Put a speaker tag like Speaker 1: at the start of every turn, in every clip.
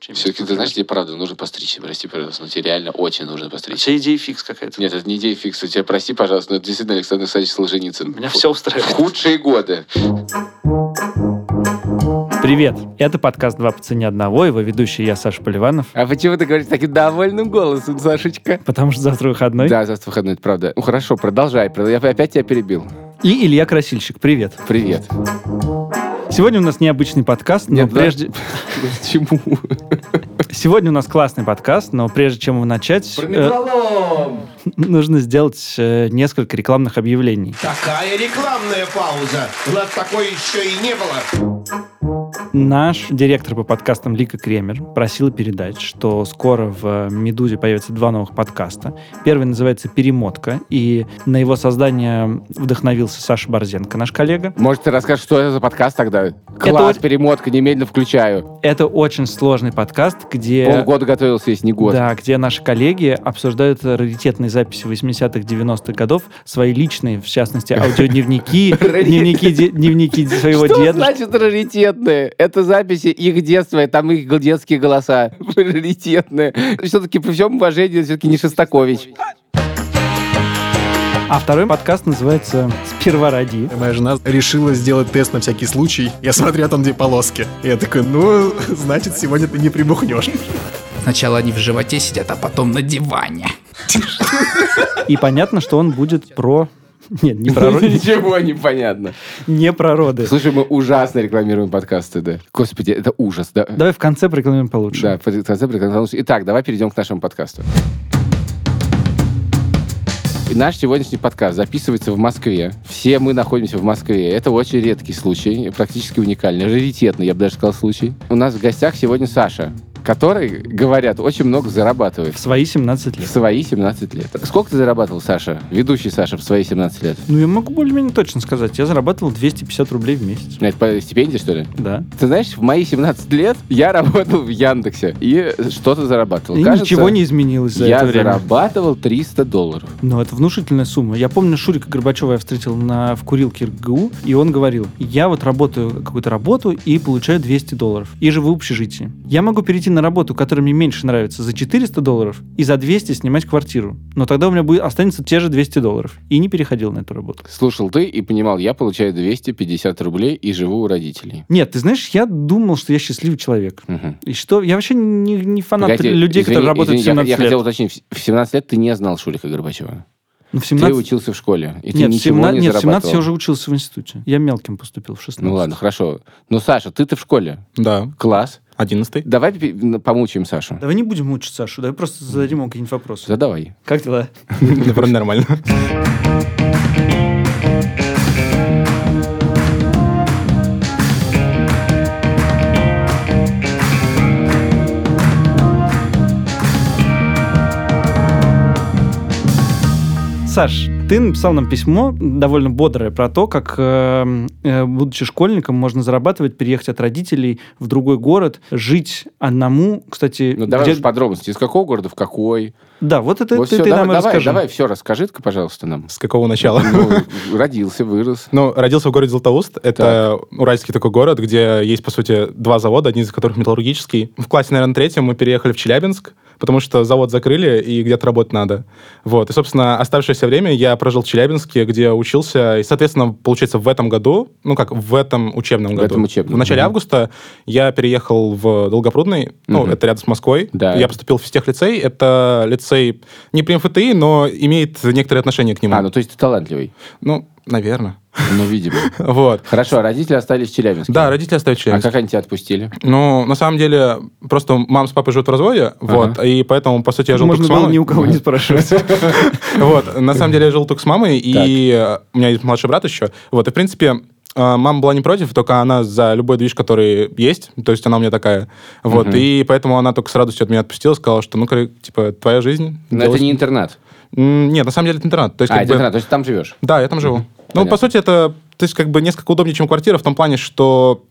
Speaker 1: чем
Speaker 2: Все-таки, ты
Speaker 1: Инстаграм.
Speaker 2: знаешь, тебе правда нужно постричься, прости, пожалуйста, но тебе реально очень нужно постричься.
Speaker 1: Вообще идея фикс какая-то.
Speaker 2: Нет, это не идея фикса, тебя прости, пожалуйста, но это действительно Александр Александрович Солженицын.
Speaker 1: Меня
Speaker 2: Фу.
Speaker 1: все устраивает.
Speaker 2: Худшие годы.
Speaker 3: Привет! Это подкаст «Два по цене одного», его ведущий я, Саша Поливанов.
Speaker 2: А почему ты говоришь таким довольным голосом, Сашечка?
Speaker 3: Потому что завтра выходной.
Speaker 2: Да, завтра выходной, это правда. Ну хорошо, продолжай. прод- Я опять тебя перебил.
Speaker 3: И Илья Красильщик, привет.
Speaker 2: Привет.
Speaker 3: Сегодня у нас необычный подкаст, но
Speaker 2: Нет, да.
Speaker 3: прежде...
Speaker 2: Почему?
Speaker 3: Сегодня у нас классный подкаст, но прежде чем его начать, э, нужно сделать э, несколько рекламных объявлений.
Speaker 4: Такая рекламная пауза. У нас такой еще и не было.
Speaker 3: Наш директор по подкастам Лика Кремер просила передать, что скоро в «Медузе» появятся два новых подкаста. Первый называется «Перемотка», и на его создание вдохновился Саша Борзенко, наш коллега.
Speaker 2: Может, ты расскажешь, что это за подкаст тогда? Класс,
Speaker 3: вот-
Speaker 2: перемотка, немедленно включаю.
Speaker 3: Это очень сложный подкаст, где...
Speaker 2: Полгода готовился, если не год.
Speaker 3: Да, где наши коллеги обсуждают раритетные записи 80-х, 90-х годов, свои личные, в частности, аудиодневники, дневники, де- дневники своего
Speaker 2: Что
Speaker 3: деда.
Speaker 2: значит раритетные? Это записи их детства, и там их гл- детские голоса. Раритетные. Все-таки при всем уважении, все-таки не Шестакович.
Speaker 3: А второй подкаст называется «Сперва ради».
Speaker 5: Моя жена решила сделать тест на всякий случай. Я смотря там, где полоски. И я такой, ну, значит, сегодня ты не прибухнешь.
Speaker 6: Сначала они в животе сидят, а потом на диване.
Speaker 3: И понятно, что он будет про... Нет, не про, роды,
Speaker 2: Ничего не понятно.
Speaker 3: не про роды.
Speaker 2: Слушай, мы ужасно рекламируем подкасты, да. Господи, это ужас, да.
Speaker 3: Давай в конце прикладываем получше.
Speaker 2: Да, под- концепт рекламировался. Итак, давай перейдем к нашему подкасту. И Наш сегодняшний подкаст записывается в Москве. Все мы находимся в Москве. Это очень редкий случай, практически уникальный, раритетный, я бы даже сказал, случай. У нас в гостях сегодня Саша, который, говорят, очень много зарабатывает
Speaker 3: В свои 17
Speaker 2: в
Speaker 3: лет.
Speaker 2: свои 17 лет. Сколько ты зарабатывал, Саша, ведущий Саша, в свои 17 лет?
Speaker 3: Ну, я могу более-менее точно сказать. Я зарабатывал 250 рублей в месяц.
Speaker 2: Это по стипендии, что ли?
Speaker 3: Да.
Speaker 2: Ты знаешь, в мои 17 лет я работал в Яндексе и что-то зарабатывал.
Speaker 3: И
Speaker 2: Ну, Кажется,
Speaker 3: ничего не изменилось за
Speaker 2: я
Speaker 3: это время.
Speaker 2: зарабатывал 300 долларов.
Speaker 3: Но это внушительная сумма. Я помню, Шурика Горбачева я встретил на, в курилке РГУ, и он говорил, я вот работаю какую-то работу и получаю 200 долларов, и живу в общежитии. Я могу перейти на работу, которая мне меньше нравится, за 400 долларов и за 200 снимать квартиру. Но тогда у меня будет, останется те же 200 долларов. И не переходил на эту работу.
Speaker 2: Слушал ты и понимал, я получаю 250 рублей и живу у родителей.
Speaker 3: Нет, ты знаешь, я думал, что я счастливый человек.
Speaker 2: Мгм.
Speaker 3: И что? Я вообще не, не фанат
Speaker 2: Погоди,
Speaker 3: людей,
Speaker 2: извини,
Speaker 3: которые
Speaker 2: извини,
Speaker 3: работают
Speaker 2: я-
Speaker 3: в 17
Speaker 2: я,
Speaker 3: лет.
Speaker 2: хотел уточнить, в 17 лет ты не знал Шурика Горбачева.
Speaker 3: Ну, в 17...
Speaker 2: Ты учился в школе, и ты
Speaker 3: Нет, в
Speaker 2: ничего
Speaker 3: 17...
Speaker 2: не
Speaker 3: Нет, в 17
Speaker 2: зарабатывал.
Speaker 3: я уже учился в институте. Я мелким поступил в 16.
Speaker 2: Ну ладно, хорошо. Ну, Саша, ты-то в школе.
Speaker 7: Да,
Speaker 2: Класс.
Speaker 7: одиннадцатый.
Speaker 2: Давай пи- на- помучаем Сашу.
Speaker 3: Давай не будем мучить Сашу, давай просто зададим ему какие-нибудь вопросы.
Speaker 2: Задавай.
Speaker 3: Как дела?
Speaker 7: Вроде нормально.
Speaker 3: Саш, ты написал нам письмо довольно бодрое про то, как, эм, э, будучи школьником, можно зарабатывать, переехать от родителей в другой город, жить одному, кстати...
Speaker 2: Ну, давай
Speaker 3: где-
Speaker 2: уж подробности. Из какого города, в какой?
Speaker 3: Да, вот это
Speaker 2: Вот
Speaker 3: ты,
Speaker 2: всё,
Speaker 3: ты
Speaker 2: давай,
Speaker 3: нам и
Speaker 2: давай,
Speaker 3: расскажи.
Speaker 2: давай, все расскажи-ка, пожалуйста, нам.
Speaker 7: С какого начала?
Speaker 2: Ну, родился, вырос.
Speaker 7: Ну, родился в городе Златоуст. Это ну, уральский такой город, где есть, по сути, два завода, один из которых металлургический. В классе, наверное, третьем мы переехали в Челябинск, потому что завод закрыли, и где-то работать надо. Вот. И, собственно, оставшееся время я прожил в Челябинске, где учился. И, соответственно, получается, в этом году, ну как, в этом учебном
Speaker 2: В
Speaker 7: году.
Speaker 2: этом учебном,
Speaker 7: В начале
Speaker 2: мгм.
Speaker 7: августа я переехал в Долгопрудный, ну,
Speaker 2: Мгм.
Speaker 7: это рядом с Москвой.
Speaker 2: Да.
Speaker 7: Я поступил в физтехлицей. Это лицей не при МФТИ, но имеет некоторые отношения к нему.
Speaker 2: А, ну то есть ты талантливый.
Speaker 7: Ну, наверное.
Speaker 2: Ну, видимо.
Speaker 7: Вот.
Speaker 2: Хорошо, а родители остались в Челябинске.
Speaker 7: Да, родители оставили
Speaker 2: А
Speaker 7: Челябинск.
Speaker 2: как они тебя отпустили?
Speaker 7: Ну, на самом деле, просто мама с папой живут в разводе, вот, и поэтому, по
Speaker 2: Ну,
Speaker 7: сути, я жил
Speaker 3: Можно
Speaker 7: только с
Speaker 3: было
Speaker 7: мамой.
Speaker 3: ни у кого не спрашивать.
Speaker 7: Вот, на самом деле, я жил только с мамой, и э, у меня есть младший брат еще. Вот, и, в принципе, э, мама была не против, только она за любой движ, который есть, то есть она у меня такая. Вот, и поэтому она только с радостью от меня отпустила, сказала, что, ну, ка- типа, твоя жизнь.
Speaker 2: Но
Speaker 7: делай
Speaker 2: это не
Speaker 7: с-
Speaker 2: интернат.
Speaker 7: М, Нет, на самом деле, это интернат. То есть,
Speaker 2: А,
Speaker 7: как
Speaker 2: это
Speaker 7: бы-
Speaker 2: интернат, то есть ты там живешь.
Speaker 7: Да, я там живу. Ну,
Speaker 2: Понятно.
Speaker 7: по сути, это, то есть, как бы несколько удобнее, чем квартира, в том плане, что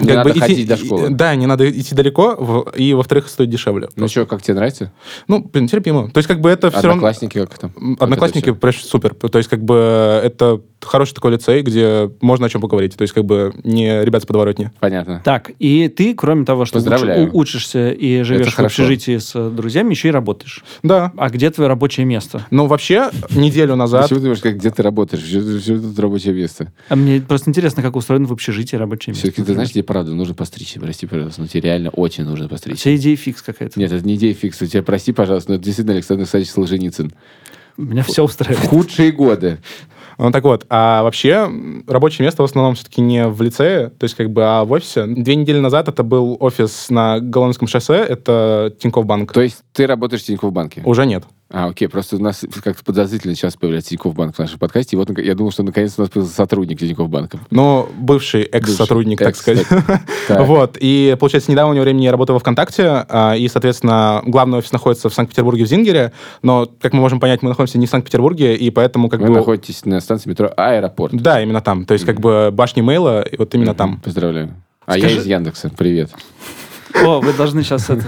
Speaker 2: Не
Speaker 7: Как
Speaker 2: надо
Speaker 7: бы идти-
Speaker 2: ходить до школы.
Speaker 7: и- Да, не надо идти далеко, в- и, во-вторых, стоит дешевле.
Speaker 2: Ну что, как тебе нравится?
Speaker 7: Ну, блин, терпимо. То есть, как бы это все равно...
Speaker 2: Одноклассники как там?
Speaker 7: М,
Speaker 2: Вот это
Speaker 7: Одноклассники,
Speaker 2: всё.
Speaker 7: прям супер. То есть, как бы, это хороший такой лицей, где можно о чем поговорить. То есть, как бы, не ребят с подворотни.
Speaker 2: Понятно.
Speaker 3: Так, и ты, кроме того, что
Speaker 2: Поздравляю.
Speaker 3: уч- у- учишься и живешь в
Speaker 2: хорошо.
Speaker 3: общежитии с э, друзьями, еще и работаешь.
Speaker 7: Да.
Speaker 3: А где твое рабочее место?
Speaker 7: Ну, вообще, неделю назад...
Speaker 2: Почему ты думаешь, как где ты работаешь? Все, тут рабочее место.
Speaker 3: А мне просто интересно, как устроено в общежитии рабочее место.
Speaker 2: Все-таки ты знаешь, тебе правда нужно постричься. Прости, пожалуйста, но тебе реально очень нужно постричься.
Speaker 3: Вся идея фикс какая-то.
Speaker 2: Нет, это не идея фикса. Тебя прости, пожалуйста, но это действительно Александр Александрович Солженицын.
Speaker 3: Меня все
Speaker 2: В
Speaker 3: устраивает.
Speaker 2: худшие годы.
Speaker 7: Ну, так вот. А вообще, м, рабочее место в основном все-таки не в лицее, то есть, как бы, а в офисе. Две недели назад это был офис на Голландском шоссе, это Тинькофф банк.
Speaker 2: То есть ты работаешь в Тинькофф банке?
Speaker 7: Уже нет.
Speaker 2: А, окей, просто у нас как-то подозрительно сейчас появляется Тинькофф банк в нашем подкасте. И вот нак- я думал, что наконец у нас появился сотрудник Тинькофф банка.
Speaker 7: Но Ну, бывший экс-сотрудник, так
Speaker 2: Экс,
Speaker 7: сказать.
Speaker 2: Так.
Speaker 7: Вот, и, получается, недавнего времени я работаю во ВКонтакте, а, и, соответственно, главный офис находится в Санкт-Петербурге, в Зингере, но, как мы можем понять, мы находимся не в Санкт-Петербурге, и поэтому как
Speaker 2: Вы
Speaker 7: бы...
Speaker 2: находитесь на станции метро Аэропорт.
Speaker 7: Да, именно там, то есть как бы башни мейла, и вот именно там.
Speaker 2: Поздравляю. А я
Speaker 7: Скажи-
Speaker 2: из Яндекса. Привет.
Speaker 3: О, вы должны сейчас это...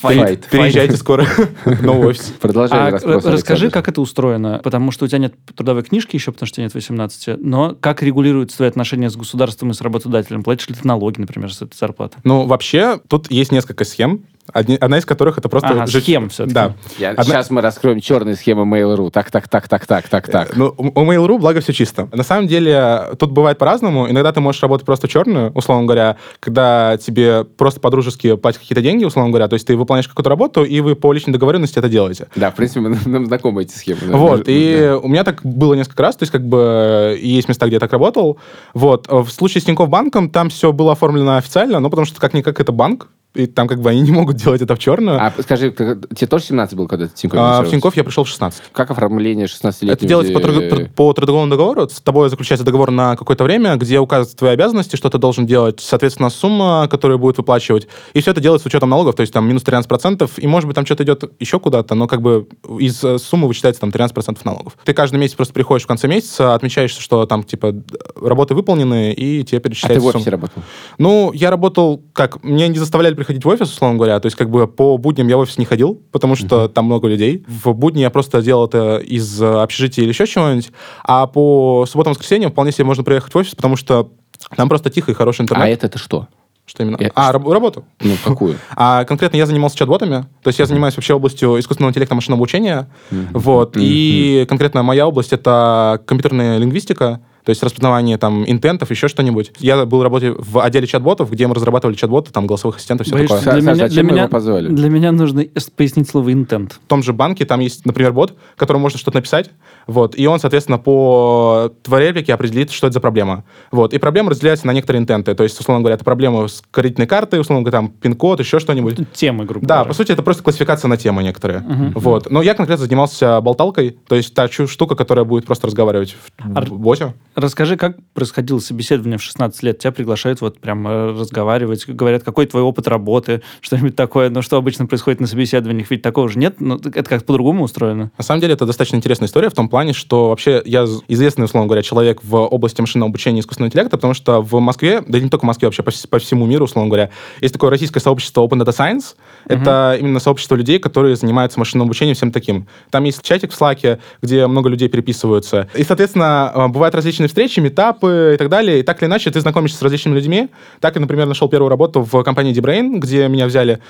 Speaker 2: Файт.
Speaker 7: Переезжайте скоро в новый офис.
Speaker 2: Продолжай
Speaker 3: А
Speaker 2: расспрос,
Speaker 3: р- расскажи,
Speaker 2: Александр.
Speaker 3: как это устроено, потому что у тебя нет трудовой книжки еще, потому что тебе нет 18, но как регулируются твои отношения с государством и с работодателем? Платишь ли ты налоги, например, с этой зарплаты?
Speaker 7: Ну, вообще, тут есть несколько схем, одни- одна из которых это просто...
Speaker 3: Ага,
Speaker 7: жи-
Speaker 3: схем всё-таки.
Speaker 7: Да.
Speaker 2: Я-
Speaker 7: Одна-
Speaker 2: Сейчас мы раскроем черные схемы Mail.ru. Так, так, так, так, так, так, так.
Speaker 7: Ну, у у Mail.ru, благо, все чисто. На самом деле, тут бывает по-разному. Иногда ты можешь работать просто черную, условно говоря, когда тебе просто по-дружески платят какие-то деньги, условно говоря. То есть ты выполняешь какую-то работу, и вы по личной договоренности это делаете.
Speaker 2: Да, в принципе, мы- нам знакомы эти схемы. да.
Speaker 7: Вот,
Speaker 2: Да.
Speaker 7: и у меня так было несколько раз, то есть как бы есть места, где я так работал. Вот, в случае с Тинькофф банком там все было оформлено официально, но потому что как-никак это банк, и там как бы они не могут делать это в черную.
Speaker 2: А скажи, ты- тебе тоже 17 был, когда ты в Тинькофф
Speaker 7: А, в
Speaker 2: устроился?
Speaker 7: Тинькофф я пришел в 16.
Speaker 2: Как оформление А 16 лет?
Speaker 7: Это делается по, тру- тр- по трудовому договору. С тобой заключается договор на какое-то время, где указываются твои обязанности, что ты должен делать, соответственно, сумма, которую будет выплачивать. И все это делается с учетом налогов, то есть там минус 13%, и, может быть, там что-то идет еще куда-то, но как бы из э, суммы вычитается там 13% налогов. Ты каждый месяц просто приходишь в конце месяца, отмечаешь, что там, типа, д- работы выполнены, и тебе
Speaker 2: А ты
Speaker 7: перечисляется
Speaker 2: в офисе
Speaker 7: сумма.
Speaker 2: работал?
Speaker 7: Ну, я работал, как, меня не заставляли приходить в офис, условно говоря, то есть как бы по будням я в офис не ходил, потому что там много людей. В будни я просто делал это из э, общежития или еще чего-нибудь, а по субботам воскресеньям вполне себе можно приехать в офис, потому что там просто тихо и хороший интернет.
Speaker 2: А это-то что?
Speaker 7: Что именно?
Speaker 2: я-
Speaker 7: А, раб- работу.
Speaker 2: Ну, какую?
Speaker 7: А конкретно я занимался чат-ботами, то есть я занимаюсь вообще областью искусственного интеллекта машинного обучения, вот, и конкретно моя область — это компьютерная лингвистика, то есть распознавание там интентов, еще что-нибудь. Я был работе в отделе чат-ботов, где мы разрабатывали чат-боты, там голосовых
Speaker 2: Ну,
Speaker 7: ассистентов, все
Speaker 3: Боишься,
Speaker 7: такое.
Speaker 2: Са- Саш, зачем мы его позвали?
Speaker 3: для меня нужно с- пояснить слово «интент».
Speaker 7: В том же банке там есть, например, бот, которому можно что-то написать, вот, и он, соответственно, по твоей реплике определит, что это за проблема. Вот, и проблема разделяется на некоторые интенты, то есть, условно говоря, это проблема с кредитной картой, условно говоря, там, пин-код, еще что-нибудь.
Speaker 3: Темы, грубо
Speaker 7: Да,
Speaker 3: говоря.
Speaker 7: по сути, это просто классификация на темы некоторые. Вот. Но я конкретно занимался болталкой, то есть та чу- штука, которая будет просто разговаривать в
Speaker 3: Ар-
Speaker 7: в боте.
Speaker 3: Расскажи, как происходило собеседование в 16 лет? Тебя приглашают вот прям э, разговаривать, говорят, какой твой опыт работы, что-нибудь такое. Но что обычно происходит на собеседованиях? Ведь такого же нет. Ну, так это как по-другому устроено.
Speaker 7: На самом деле, это достаточно интересная история в том плане, что вообще я з- известный, условно говоря, человек в области машинного обучения и искусственного интеллекта, потому что в Москве, да и не только в Москве, вообще по, вс- по всему миру, условно говоря, есть такое российское сообщество Open Data Science. Это именно сообщество людей, которые занимаются машинным обучением и всем таким. Там есть чатик в Slack, где много людей переписываются. И, соответственно, э, бывают различные встречи, метапы и так далее. И так или иначе, ты знакомишься с различными людьми. Так я, например, нашел первую работу в компании D-Brain, где меня взяли.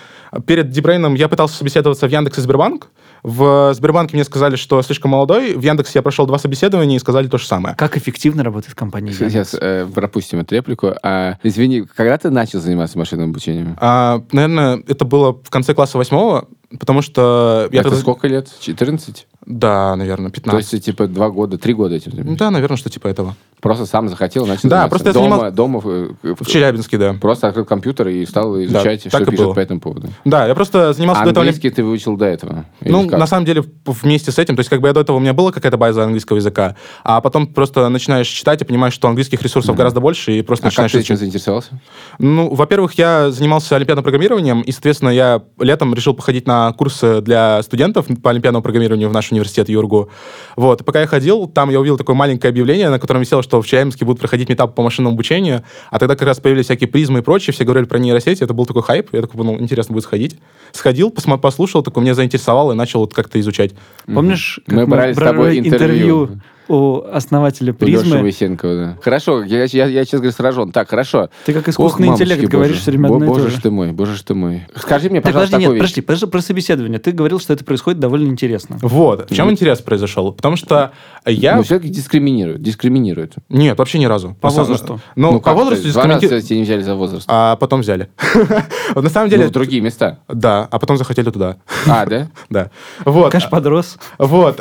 Speaker 7: Перед D-Brain я пытался собеседоваться в Яндекс и Сбербанк. В Сбербанке мне сказали, что слишком молодой. В Яндексе я прошел два собеседования и сказали то же самое.
Speaker 3: Как эффективно работает компания?
Speaker 2: Сейчас э, пропустим эту реплику. А, извини, когда ты начал заниматься машинным обучением?
Speaker 7: А, наверное, это было в конце класса восьмого, потому что... я
Speaker 2: это
Speaker 7: тогда-
Speaker 2: сколько лет? 14?
Speaker 7: Да, наверное, 15.
Speaker 2: То есть, ты, типа, два года, три года этим занимаешься?
Speaker 7: Да, наверное, что типа этого.
Speaker 2: Просто сам захотел, начал
Speaker 7: Да,
Speaker 2: заниматься.
Speaker 7: просто я
Speaker 2: дома, дома, э, э,
Speaker 7: В Челябинске, да.
Speaker 2: Просто открыл компьютер и стал изучать,
Speaker 7: так
Speaker 2: что
Speaker 7: и
Speaker 2: пишут
Speaker 7: было.
Speaker 2: по этому поводу.
Speaker 7: Да, я просто занимался
Speaker 2: А
Speaker 7: до этого... олим-
Speaker 2: английский ты выучил до этого? Или
Speaker 7: Ну,
Speaker 2: как?
Speaker 7: на самом деле, в- вместе с этим, то есть, как бы я до этого у меня была какая-то база английского языка, а потом просто начинаешь читать и понимаешь, что английских ресурсов гораздо больше, и просто
Speaker 2: а как
Speaker 7: начинаешь
Speaker 2: ты этим
Speaker 7: изучать.
Speaker 2: заинтересовался?
Speaker 7: Ну, во-первых, я занимался олимпиадным программированием, и, соответственно, я летом решил походить на курсы для студентов по олимпиадному программированию в наш университет Юргу. Вот, и пока я ходил, там я увидел такое маленькое объявление, на котором висело, что в Челябинске будут проходить метап по машинному обучению, а тогда как раз появились всякие призмы и прочее, все говорили про нейросети, это был такой хайп, я такой, ну, интересно будет сходить. Сходил, посма- послушал, такой, меня заинтересовало, и начал вот как-то изучать.
Speaker 3: Помнишь, как
Speaker 2: Мы брали с тобой интервью.
Speaker 3: у основателя
Speaker 2: У Лёши
Speaker 3: призмы?
Speaker 2: Васенкова, да. Хорошо, я, я, я, честно говоря, сражен. Так, хорошо.
Speaker 3: Ты как
Speaker 2: Ох,
Speaker 3: искусственный
Speaker 2: мамочки
Speaker 3: интеллект
Speaker 2: боже.
Speaker 3: говоришь все время
Speaker 2: Бо-
Speaker 7: ну
Speaker 3: одно и то
Speaker 2: Боже
Speaker 3: же.
Speaker 2: ж ты мой, боже ж ты мой. Скажи мне,
Speaker 3: Так,
Speaker 2: пожалуйста,
Speaker 3: подожди, нет,
Speaker 2: такую вещь.
Speaker 3: подожди, подожди, про собеседование. Ты говорил, что это происходит довольно интересно.
Speaker 7: Вот. В чем интерес произошел? Потому что я...
Speaker 2: Ну, все-таки дискриминируют, дискриминируют.
Speaker 7: Нет, вообще ни разу.
Speaker 3: По
Speaker 7: На самом-
Speaker 3: возрасту?
Speaker 7: Ну, по
Speaker 2: как то
Speaker 7: возрасту
Speaker 2: есть, Два раза
Speaker 7: дискримини-
Speaker 2: тебя не взяли за возраст.
Speaker 7: А потом взяли. Вот На самом
Speaker 2: Ну,
Speaker 7: деле...
Speaker 2: в другие места.
Speaker 7: Да, а потом захотели туда.
Speaker 2: А, да?
Speaker 7: Да. Вот.
Speaker 3: Каш подрос.
Speaker 7: Вот.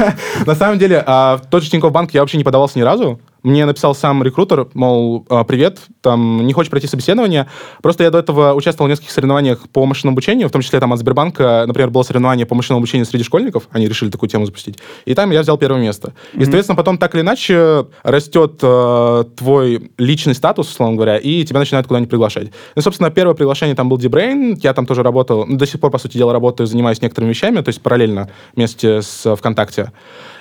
Speaker 7: На самом деле, а, в тот же Тинькофф банк я вообще не подавался ни разу. Мне написал сам рекрутер, мол, а, привет, там, не хочешь пройти собеседование? Просто я до этого участвовал в нескольких соревнованиях по машинному обучению, в том числе там от Сбербанка, например, было соревнование по машинному обучению среди школьников, они решили такую тему запустить, и там я взял первое место. И, соответственно, потом так или иначе растет э, твой личный статус, условно говоря, и тебя начинают куда-нибудь приглашать. Ну, собственно, первое приглашение там был Дебрейн, я там тоже работал, ну, до сих пор, по сути дела, работаю, занимаюсь некоторыми вещами, то есть параллельно вместе с э, ВКонтакте.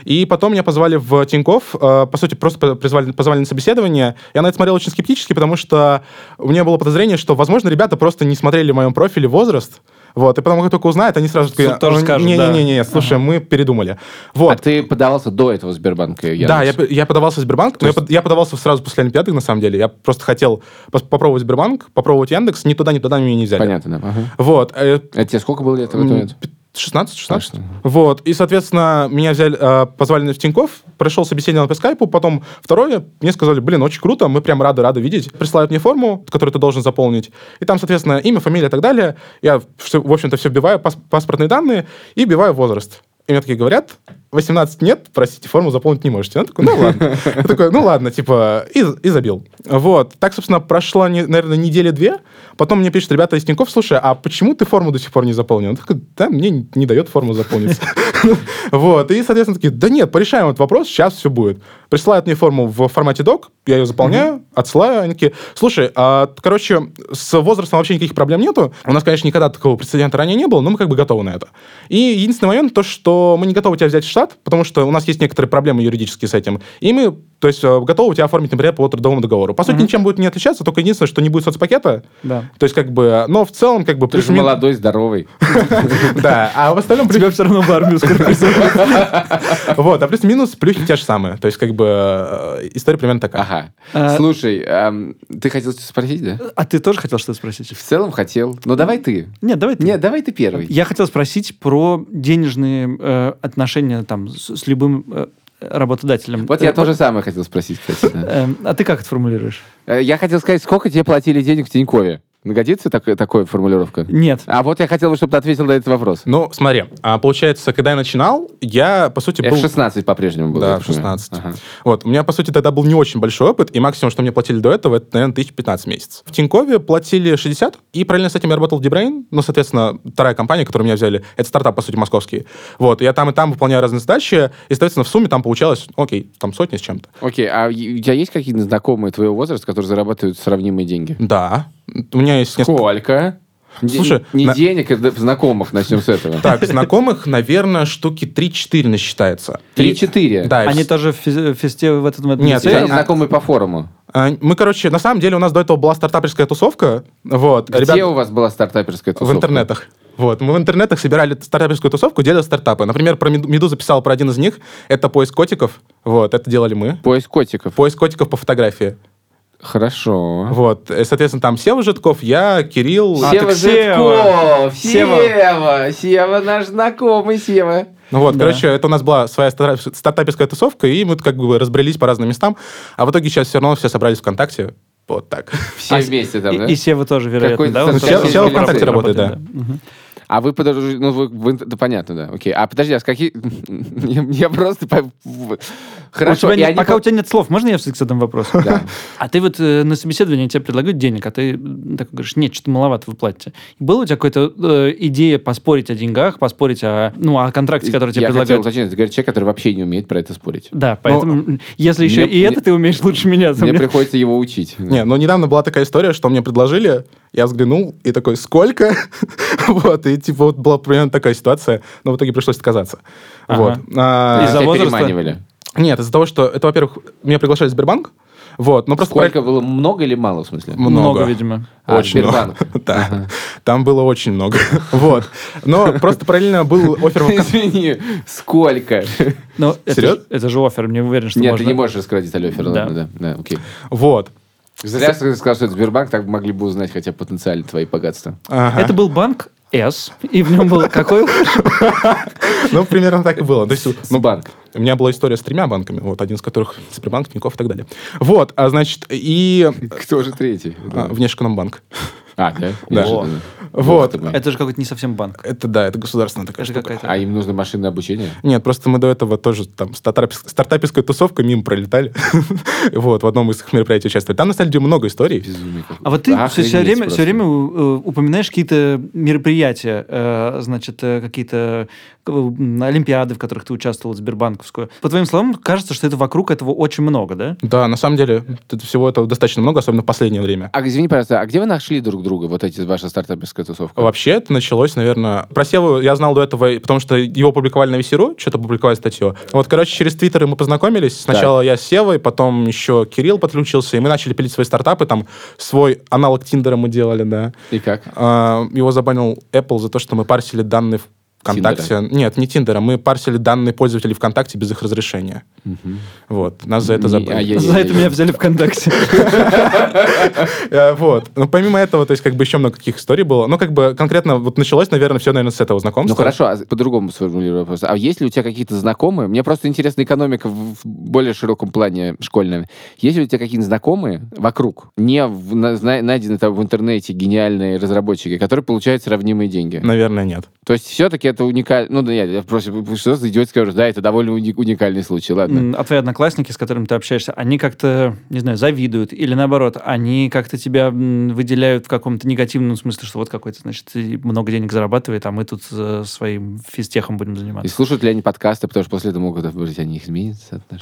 Speaker 7: И потом меня позвали в Тинькофф, э, по сути, просто по- призвали- позвали на собеседование. Я на это смотрел очень скептически, потому что у меня было подозрение, что, возможно, ребята просто не смотрели в моем профиле возраст, вот, и потом, как только узнают, они сразу такие...
Speaker 3: тоже
Speaker 7: «О,
Speaker 3: скажут, да».
Speaker 7: Не-не-не, слушай, мы передумали.
Speaker 2: А
Speaker 7: Вот.
Speaker 2: ты подавался до этого в Сбербанка? и в
Speaker 7: Да, я,
Speaker 2: Яндекс?
Speaker 7: п- я подавался в Сбербанк, но я, под- я подавался сразу после Олимпиады, на самом деле. Я просто хотел пос- попробовать Сбербанк, попробовать Яндекс, ни туда, ни туда меня не взяли.
Speaker 2: Понятно, да. ага.
Speaker 7: Вот. э,
Speaker 2: А тебе сколько было лет в этот
Speaker 7: м,
Speaker 2: момент?
Speaker 7: пи- 16, 16.
Speaker 2: Точно.
Speaker 7: Вот. И, соответственно, меня взяли, э, позвали на- в Тинькофф, прошел собеседование по скайпу, потом второе, мне сказали, блин, очень круто, мы прям рады, рады видеть. Присылают мне форму, которую ты должен заполнить. И там, соответственно, имя, фамилия и так далее. Я, всё- в общем-то, все вбиваю, пас- паспортные данные и вбиваю возраст. И мне такие говорят, 18 нет, простите, форму заполнить не можете. Я такой, ну ладно. Я такой, ну ладно, типа, и, и забил. Вот. Так, собственно, прошло, не- наверное, недели-две. Потом мне пишут ребята из Тинькофф, слушай, а почему ты форму до сих пор не заполнил? Он такой, да, мне не- не дает форму заполниться. Вот. И, соответственно, такие, да нет, порешаем этот вопрос, сейчас все будет. Присылают мне форму в формате док, я ее заполняю, отсылаю. Они такие, слушай, а, т- короче, с возрастом вообще никаких проблем нету. У нас, конечно, никогда такого прецедента ранее не было, но мы как бы готовы на это. И единственный момент, то, что мы не готовы тебя взять в штат, потому что у нас есть некоторые проблемы юридические с этим. И мы то есть э, готовы тебя оформить, например, по трудовому договору. По сути, ничем будет не отличаться, только единственное, что не будет соцпакета.
Speaker 3: Да.
Speaker 7: То есть, как бы, э, но в целом, как бы...
Speaker 2: Ты же
Speaker 7: плюс-минус-
Speaker 2: молодой, здоровый.
Speaker 7: Да, а в остальном... плюс-
Speaker 3: Тебя все равно в армию скоро призовут.
Speaker 7: Вот, а плюс-минус, плюхи те же самые. То есть, как бы, э, история примерно такая.
Speaker 2: Ага.
Speaker 3: А-
Speaker 2: Слушай, ам, ты хотел что-то спросить, да?
Speaker 3: А ты тоже хотел что-то спросить?
Speaker 2: В целом хотел. Ну, давай ты.
Speaker 3: Нет, давай ты.
Speaker 2: Нет, давай ты первый.
Speaker 3: Я хотел спросить про денежные э, отношения там с, с любым э, работодателем.
Speaker 2: Вот я
Speaker 3: Э,
Speaker 2: тоже самое хотел спросить, кстати. да.
Speaker 3: э, а ты как это формулируешь?
Speaker 2: Э, Я хотел сказать, сколько тебе платили денег в Тинькове? Годится так- такая формулировка?
Speaker 3: Нет.
Speaker 2: А вот я хотел бы, чтобы ты ответил на этот вопрос.
Speaker 7: Ну, смотри, а, получается, когда я начинал, я, по сути, был...
Speaker 2: F16 по-прежнему было.
Speaker 7: Да,
Speaker 2: я так понимаю.
Speaker 7: 16.
Speaker 2: Ага.
Speaker 7: Вот, у меня, по сути, тогда был не очень большой опыт, и максимум, что мне платили до этого, это, наверное, 1015 в месяц. В Тинькове платили 60, и параллельно с этим я работал в Дебрейн, ну, соответственно, вторая компания, которую меня взяли, это стартап, по сути, московский. Вот, я там и там выполняю разные задачи, и, соответственно, в сумме там получалось, ну, окей, там сотни с чем-то.
Speaker 2: Окей, а у тебя есть какие-то знакомые твоего возраста, которые зарабатывают сравнимые деньги?
Speaker 7: Да, у меня есть несколько...
Speaker 2: Сколько? Де-
Speaker 7: Слушай,
Speaker 2: не
Speaker 7: на-
Speaker 2: денег, а д- знакомых, начнем с этого.
Speaker 7: Так, знакомых, наверное, штуки 3-4 насчитается.
Speaker 2: Три-четыре?
Speaker 7: И- Да, и
Speaker 3: Они
Speaker 7: в-
Speaker 3: тоже в физ- в фесте в этом в этом
Speaker 7: Нет,
Speaker 2: У тебя
Speaker 3: лицее?
Speaker 2: есть знакомые по форуму.
Speaker 7: а, Мы, короче, на самом деле у нас до этого была стартаперская тусовка. Вот,
Speaker 2: Где
Speaker 7: ребят-
Speaker 2: у вас была стартаперская
Speaker 7: В
Speaker 2: тусовка?
Speaker 7: интернетах. Вот, мы в интернетах собирали стартаперскую тусовку, делали стартапы. Например, про Меду- Медуза писал про один из них. Это поиск котиков. Вот, это делали мы.
Speaker 2: Поиск котиков.
Speaker 7: Поиск котиков по фотографии.
Speaker 2: Хорошо.
Speaker 7: Вот, э, соответственно, там Сева Житков, я, Кирилл.
Speaker 3: А,
Speaker 2: Сева
Speaker 3: так Сева.
Speaker 2: Житков! Сева! Сева наш знакомый, Сева.
Speaker 7: Ну вот, короче, это у нас была своя стара- стартаперская тусовка, и мы как бы разбрелись по разным местам. А в итоге сейчас все равно все собрались ВКонтакте. Вот так.
Speaker 2: Все
Speaker 3: А с-
Speaker 2: вместе там,
Speaker 3: и,
Speaker 2: да?
Speaker 3: и Сева тоже, вероятно,
Speaker 2: Какой-то
Speaker 3: да? Он
Speaker 2: совсем
Speaker 7: Сева- Сева ВКонтакте работает,
Speaker 3: Мгм.
Speaker 2: А вы подожди, ну вы, вы- да понятно, да, окей. А подожди, а с каких... Я, я просто... по- в- Хорошо,
Speaker 3: У тебя
Speaker 2: и
Speaker 3: нет-
Speaker 2: они
Speaker 3: пока
Speaker 2: по-
Speaker 3: у тебя нет слов, можно я все-таки задам вопрос?
Speaker 2: Да.
Speaker 3: А ты вот э, на собеседовании тебе предлагают денег, а ты м, такой говоришь, нет, что-то маловато вы платите. Была у тебя какая-то э, идея поспорить о деньгах, поспорить о, ну, о контракте, который тебе
Speaker 2: я хотел
Speaker 3: предлагают?
Speaker 2: уточнить, это говорит человек, который вообще не умеет про это спорить.
Speaker 3: Да, поэтому м, если еще
Speaker 2: мне-
Speaker 3: и это
Speaker 2: мне-
Speaker 3: ты умеешь лучше меня. то
Speaker 2: Мне
Speaker 3: мне-
Speaker 2: приходится его учить.
Speaker 7: Не, ну недавно была такая история, что мне предложили, я взглянул и такой, сколько? Вот, и типа вот была примерно такая ситуация, но в итоге пришлось отказаться.
Speaker 3: Ага.
Speaker 7: Вот. А,
Speaker 2: Тебя
Speaker 3: Из-за возраста?
Speaker 2: переманивали.
Speaker 7: Нет, из-за того, что это, во-первых, меня приглашали в Сбербанк, вот, но просто...
Speaker 2: Сколько было? Много или мало, в смысле?
Speaker 3: Много, видимо.
Speaker 2: А,
Speaker 7: Очень много.
Speaker 2: Сбербанк.
Speaker 7: Да.
Speaker 2: Ага.
Speaker 7: Там было очень много. Вот. Но просто параллельно был
Speaker 3: Ну,
Speaker 7: офер... в Вк-
Speaker 2: Извини, сколько?
Speaker 3: Но это,
Speaker 7: Серьёзно?
Speaker 3: же- это же офер, мне уверен, что
Speaker 2: Нет,
Speaker 3: можно.
Speaker 2: ты не можешь рассказать детали оффера,
Speaker 3: Да.
Speaker 2: ладно, да. Да, окей.
Speaker 7: Вот.
Speaker 2: Зря ты сказал, что это Сбербанк, так могли бы узнать хотя бы потенциально твои богатства.
Speaker 7: Ага.
Speaker 3: Это был банк S, и в нем был какой?
Speaker 7: Ну, примерно так и было. То есть,
Speaker 2: Ну,
Speaker 7: ну,
Speaker 2: банк.
Speaker 7: у меня была история с тремя банками, вот, один из которых Сбербанк, Тинькофф и так далее. Вот, а значит, и
Speaker 2: Кто же третий?
Speaker 7: а, Внешэкономбанк.
Speaker 2: А, да?
Speaker 7: Да.
Speaker 2: Неожиданно.
Speaker 7: Вот.
Speaker 2: Ух ты,
Speaker 3: Это же какой-то не совсем банк.
Speaker 7: Это, да, это государственная такая
Speaker 3: Это же
Speaker 7: штука.
Speaker 3: какая-то...
Speaker 2: А им нужно машинное обучение?
Speaker 7: Нет, просто мы до этого тоже там стартап, стартапистской тусовкой мимо пролетали. Вот, в одном из их мероприятий участвовали. Там, на самом деле, много историй.
Speaker 2: Безумие какое.
Speaker 3: А вот ты все,
Speaker 2: Охренеть
Speaker 3: время,
Speaker 2: просто.
Speaker 3: все время э, упоминаешь какие-то мероприятия, э, значит, э, какие-то э, м, олимпиады, в которых ты участвовал, Сбербанковскую. По твоим словам, кажется, что это вокруг этого очень много, да?
Speaker 7: Да, на самом деле, тут всего этого достаточно много, особенно в последнее время.
Speaker 2: А извини, пожалуйста, а где вы нашли друг друга, вот эти ваша стартаперская тусовка?
Speaker 7: Вообще, это началось, наверное... Про Севу я знал до этого, и- потому что его публиковали на Весеру, что-то публиковали статью. Вот, короче, через Твиттеры мы познакомились. Сначала я с Севой, потом еще Кирилл подключился, и мы начали пилить свои стартапы. Там свой аналог Тиндера мы делали, да.
Speaker 2: И как?
Speaker 7: А, Его забанил Apple за то, что мы парсили данные ВКонтакте. Нет, не Тиндера. Мы парсили данные пользователей ВКонтакте без их разрешения. Вот. Нас за это
Speaker 2: Не-
Speaker 7: забанили.
Speaker 2: а я-
Speaker 3: За это меня взяли ВКонтакте.
Speaker 7: Э, Вот. Ну, помимо этого, то есть, как бы еще много каких историй было. Ну, как бы конкретно вот началось, наверное, все, наверное, с этого
Speaker 2: Ну
Speaker 7: знакомства.
Speaker 2: хорошо, а по-другому сформулирую вопрос. А есть ли у тебя какие-то знакомые? Мне просто интересна экономика в в более широком плане школьная. Есть ли у тебя какие-то знакомые вокруг, не в- на- зна- найдены там в интернете гениальные разработчики, которые получают сравнимые деньги?
Speaker 7: Наверное, нет.
Speaker 2: То есть все-таки это уникально... Ну да нет, я просто что за идиотское говорю, да, это довольно уни- уникальный случай, ладно.
Speaker 3: М, А твои одноклассники, с которыми ты общаешься, они как-то, не знаю, завидуют или наоборот, они как-то тебя м, выделяют в каком-то негативном смысле, что вот какой-то, значит, и много денег зарабатывает, а мы тут э, своим физтехом будем
Speaker 2: И
Speaker 3: заниматься.
Speaker 2: слушают ли они подкасты, потому что после этого могут, может быть, они их изменятся отношения.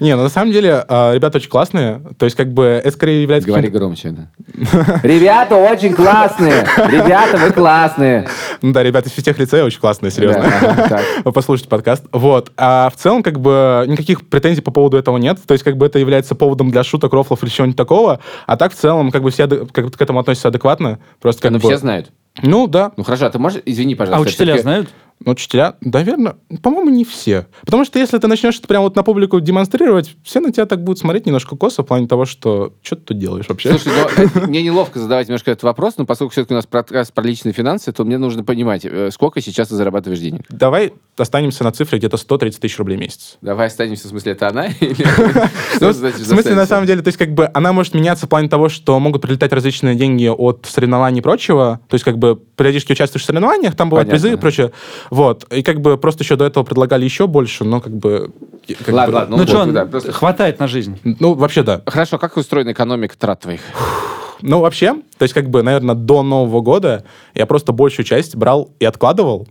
Speaker 7: Не, ну, на самом деле, э, ребята очень классные. То есть, как бы, это скорее является...
Speaker 2: Говори
Speaker 7: каким-то-
Speaker 2: громче, да. Ребята очень классные! Ребята, вы классные!
Speaker 7: Ну да, ребята из тех лицея очень классные, серьезно.
Speaker 2: Да, ага, так.
Speaker 7: Вы Послушайте подкаст. Вот. А в целом, как бы, никаких претензий по поводу этого нет. То есть, как бы, это является поводом для шуток, рофлов или чего-нибудь такого. А так, в целом, как бы, все ады- как бы к этому относятся адекватно. Просто как
Speaker 2: Ну,
Speaker 7: бы...
Speaker 2: все знают.
Speaker 7: Ну, да.
Speaker 2: Ну хорошо, а ты можешь, извини, пожалуйста.
Speaker 3: А учителя
Speaker 2: всё-таки-
Speaker 3: знают?
Speaker 7: Ну, Учителя, наверное, по-моему, не все. Потому что если ты начнешь это прямо вот на публику демонстрировать, все на тебя так будут смотреть немножко косо в плане того, что что ты тут делаешь вообще.
Speaker 2: Слушай, ну, э, мне неловко задавать немножко этот вопрос, но поскольку все-таки у нас подкаст про личные финансы, то мне нужно понимать, э, сколько сейчас ты зарабатываешь денег.
Speaker 7: Давай останемся на цифре где-то 130 тысяч рублей в месяц.
Speaker 2: Давай останемся, в смысле, это она? или-
Speaker 7: Ну,
Speaker 2: Что
Speaker 7: в
Speaker 2: значит
Speaker 7: смысле, на
Speaker 2: останемся?
Speaker 7: самом деле, то есть, как бы, она может меняться в плане того, что могут прилетать различные деньги от соревнований и прочего. То есть, как бы, периодически участвуешь в соревнованиях, там бывают
Speaker 2: Понятно.
Speaker 7: призы и прочее. Вот. И, как бы, просто еще до этого предлагали еще больше, но, как бы... как
Speaker 2: Ладно,
Speaker 7: бы-
Speaker 2: ладно,
Speaker 3: Ну,
Speaker 2: вот,
Speaker 3: что,
Speaker 2: да, просто-
Speaker 3: хватает на жизнь.
Speaker 7: Ну, вообще, да.
Speaker 2: Хорошо, как устроена экономика трат твоих?
Speaker 7: Ну, вообще, то есть, как бы, наверное, до Нового года я просто большую часть брал и откладывал